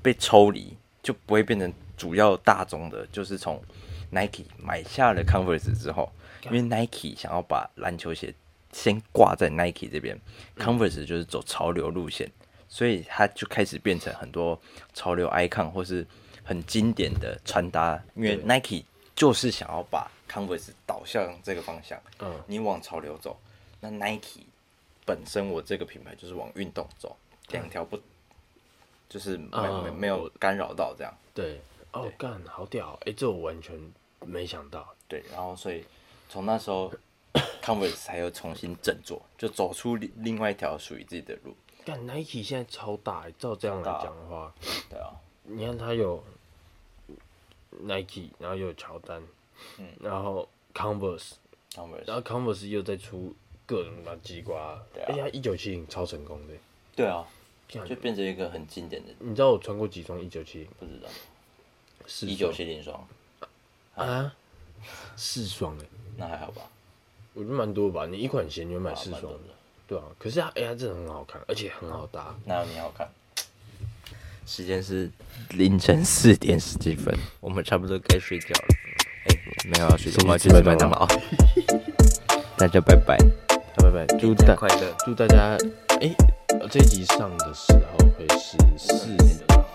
[SPEAKER 2] 被抽离，就不会变成主要大宗的，就是从 Nike 买下了 Converse 之后，因为 Nike 想要把篮球鞋先挂在 Nike 这边，Converse 就是走潮流路线，所以它就开始变成很多潮流 icon 或是很经典的穿搭，因为 Nike 就是想要把 Converse 导向这个方向，
[SPEAKER 1] 嗯
[SPEAKER 2] 你往潮流走，那 Nike 本身我这个品牌就是往运动走，两条不就是没、没
[SPEAKER 1] 啊
[SPEAKER 2] 没有干扰到这样，
[SPEAKER 1] 对，哦，干，好屌哦，哎、这我完全没想到，
[SPEAKER 2] 对，然后所以从那时候 Converse 才又重新振作，就走出另另外一条属于自己的路，
[SPEAKER 1] 干 Nike 现在超大、欸，照这样来
[SPEAKER 2] 超大
[SPEAKER 1] 讲的话，
[SPEAKER 2] 对啊，
[SPEAKER 1] 你看它有 Nike，然后又有乔丹，嗯，然后 Converse，然
[SPEAKER 2] Converse，
[SPEAKER 1] 后 Converse 又在出各种垃圾瓜，
[SPEAKER 2] 对啊
[SPEAKER 1] 而且它一九七零超成功的、
[SPEAKER 2] 对啊，
[SPEAKER 1] 干
[SPEAKER 2] 就变成一个很经典的，
[SPEAKER 1] 你知道我穿过几双一九七零？
[SPEAKER 2] 不知道
[SPEAKER 1] 四
[SPEAKER 2] 一九七零双，
[SPEAKER 1] 啊，四双哎、
[SPEAKER 2] 那还好吧，
[SPEAKER 1] 我觉得蛮多吧。你一款鞋你会买
[SPEAKER 2] 啊
[SPEAKER 1] 四
[SPEAKER 2] 蛮
[SPEAKER 1] 双
[SPEAKER 2] 多的，
[SPEAKER 1] 对啊。可是它哎、它真的很好看，而且很好搭。
[SPEAKER 2] 哪有你好看？时间是凌晨四点十几分，我们差不多该睡觉了。哎、没有要睡觉，我要去吃麦当劳。 大家拜拜，
[SPEAKER 1] 拜拜，祝
[SPEAKER 2] 大家
[SPEAKER 1] 大
[SPEAKER 2] 快乐。
[SPEAKER 1] 祝大家哎、这一集上的时候会是四点。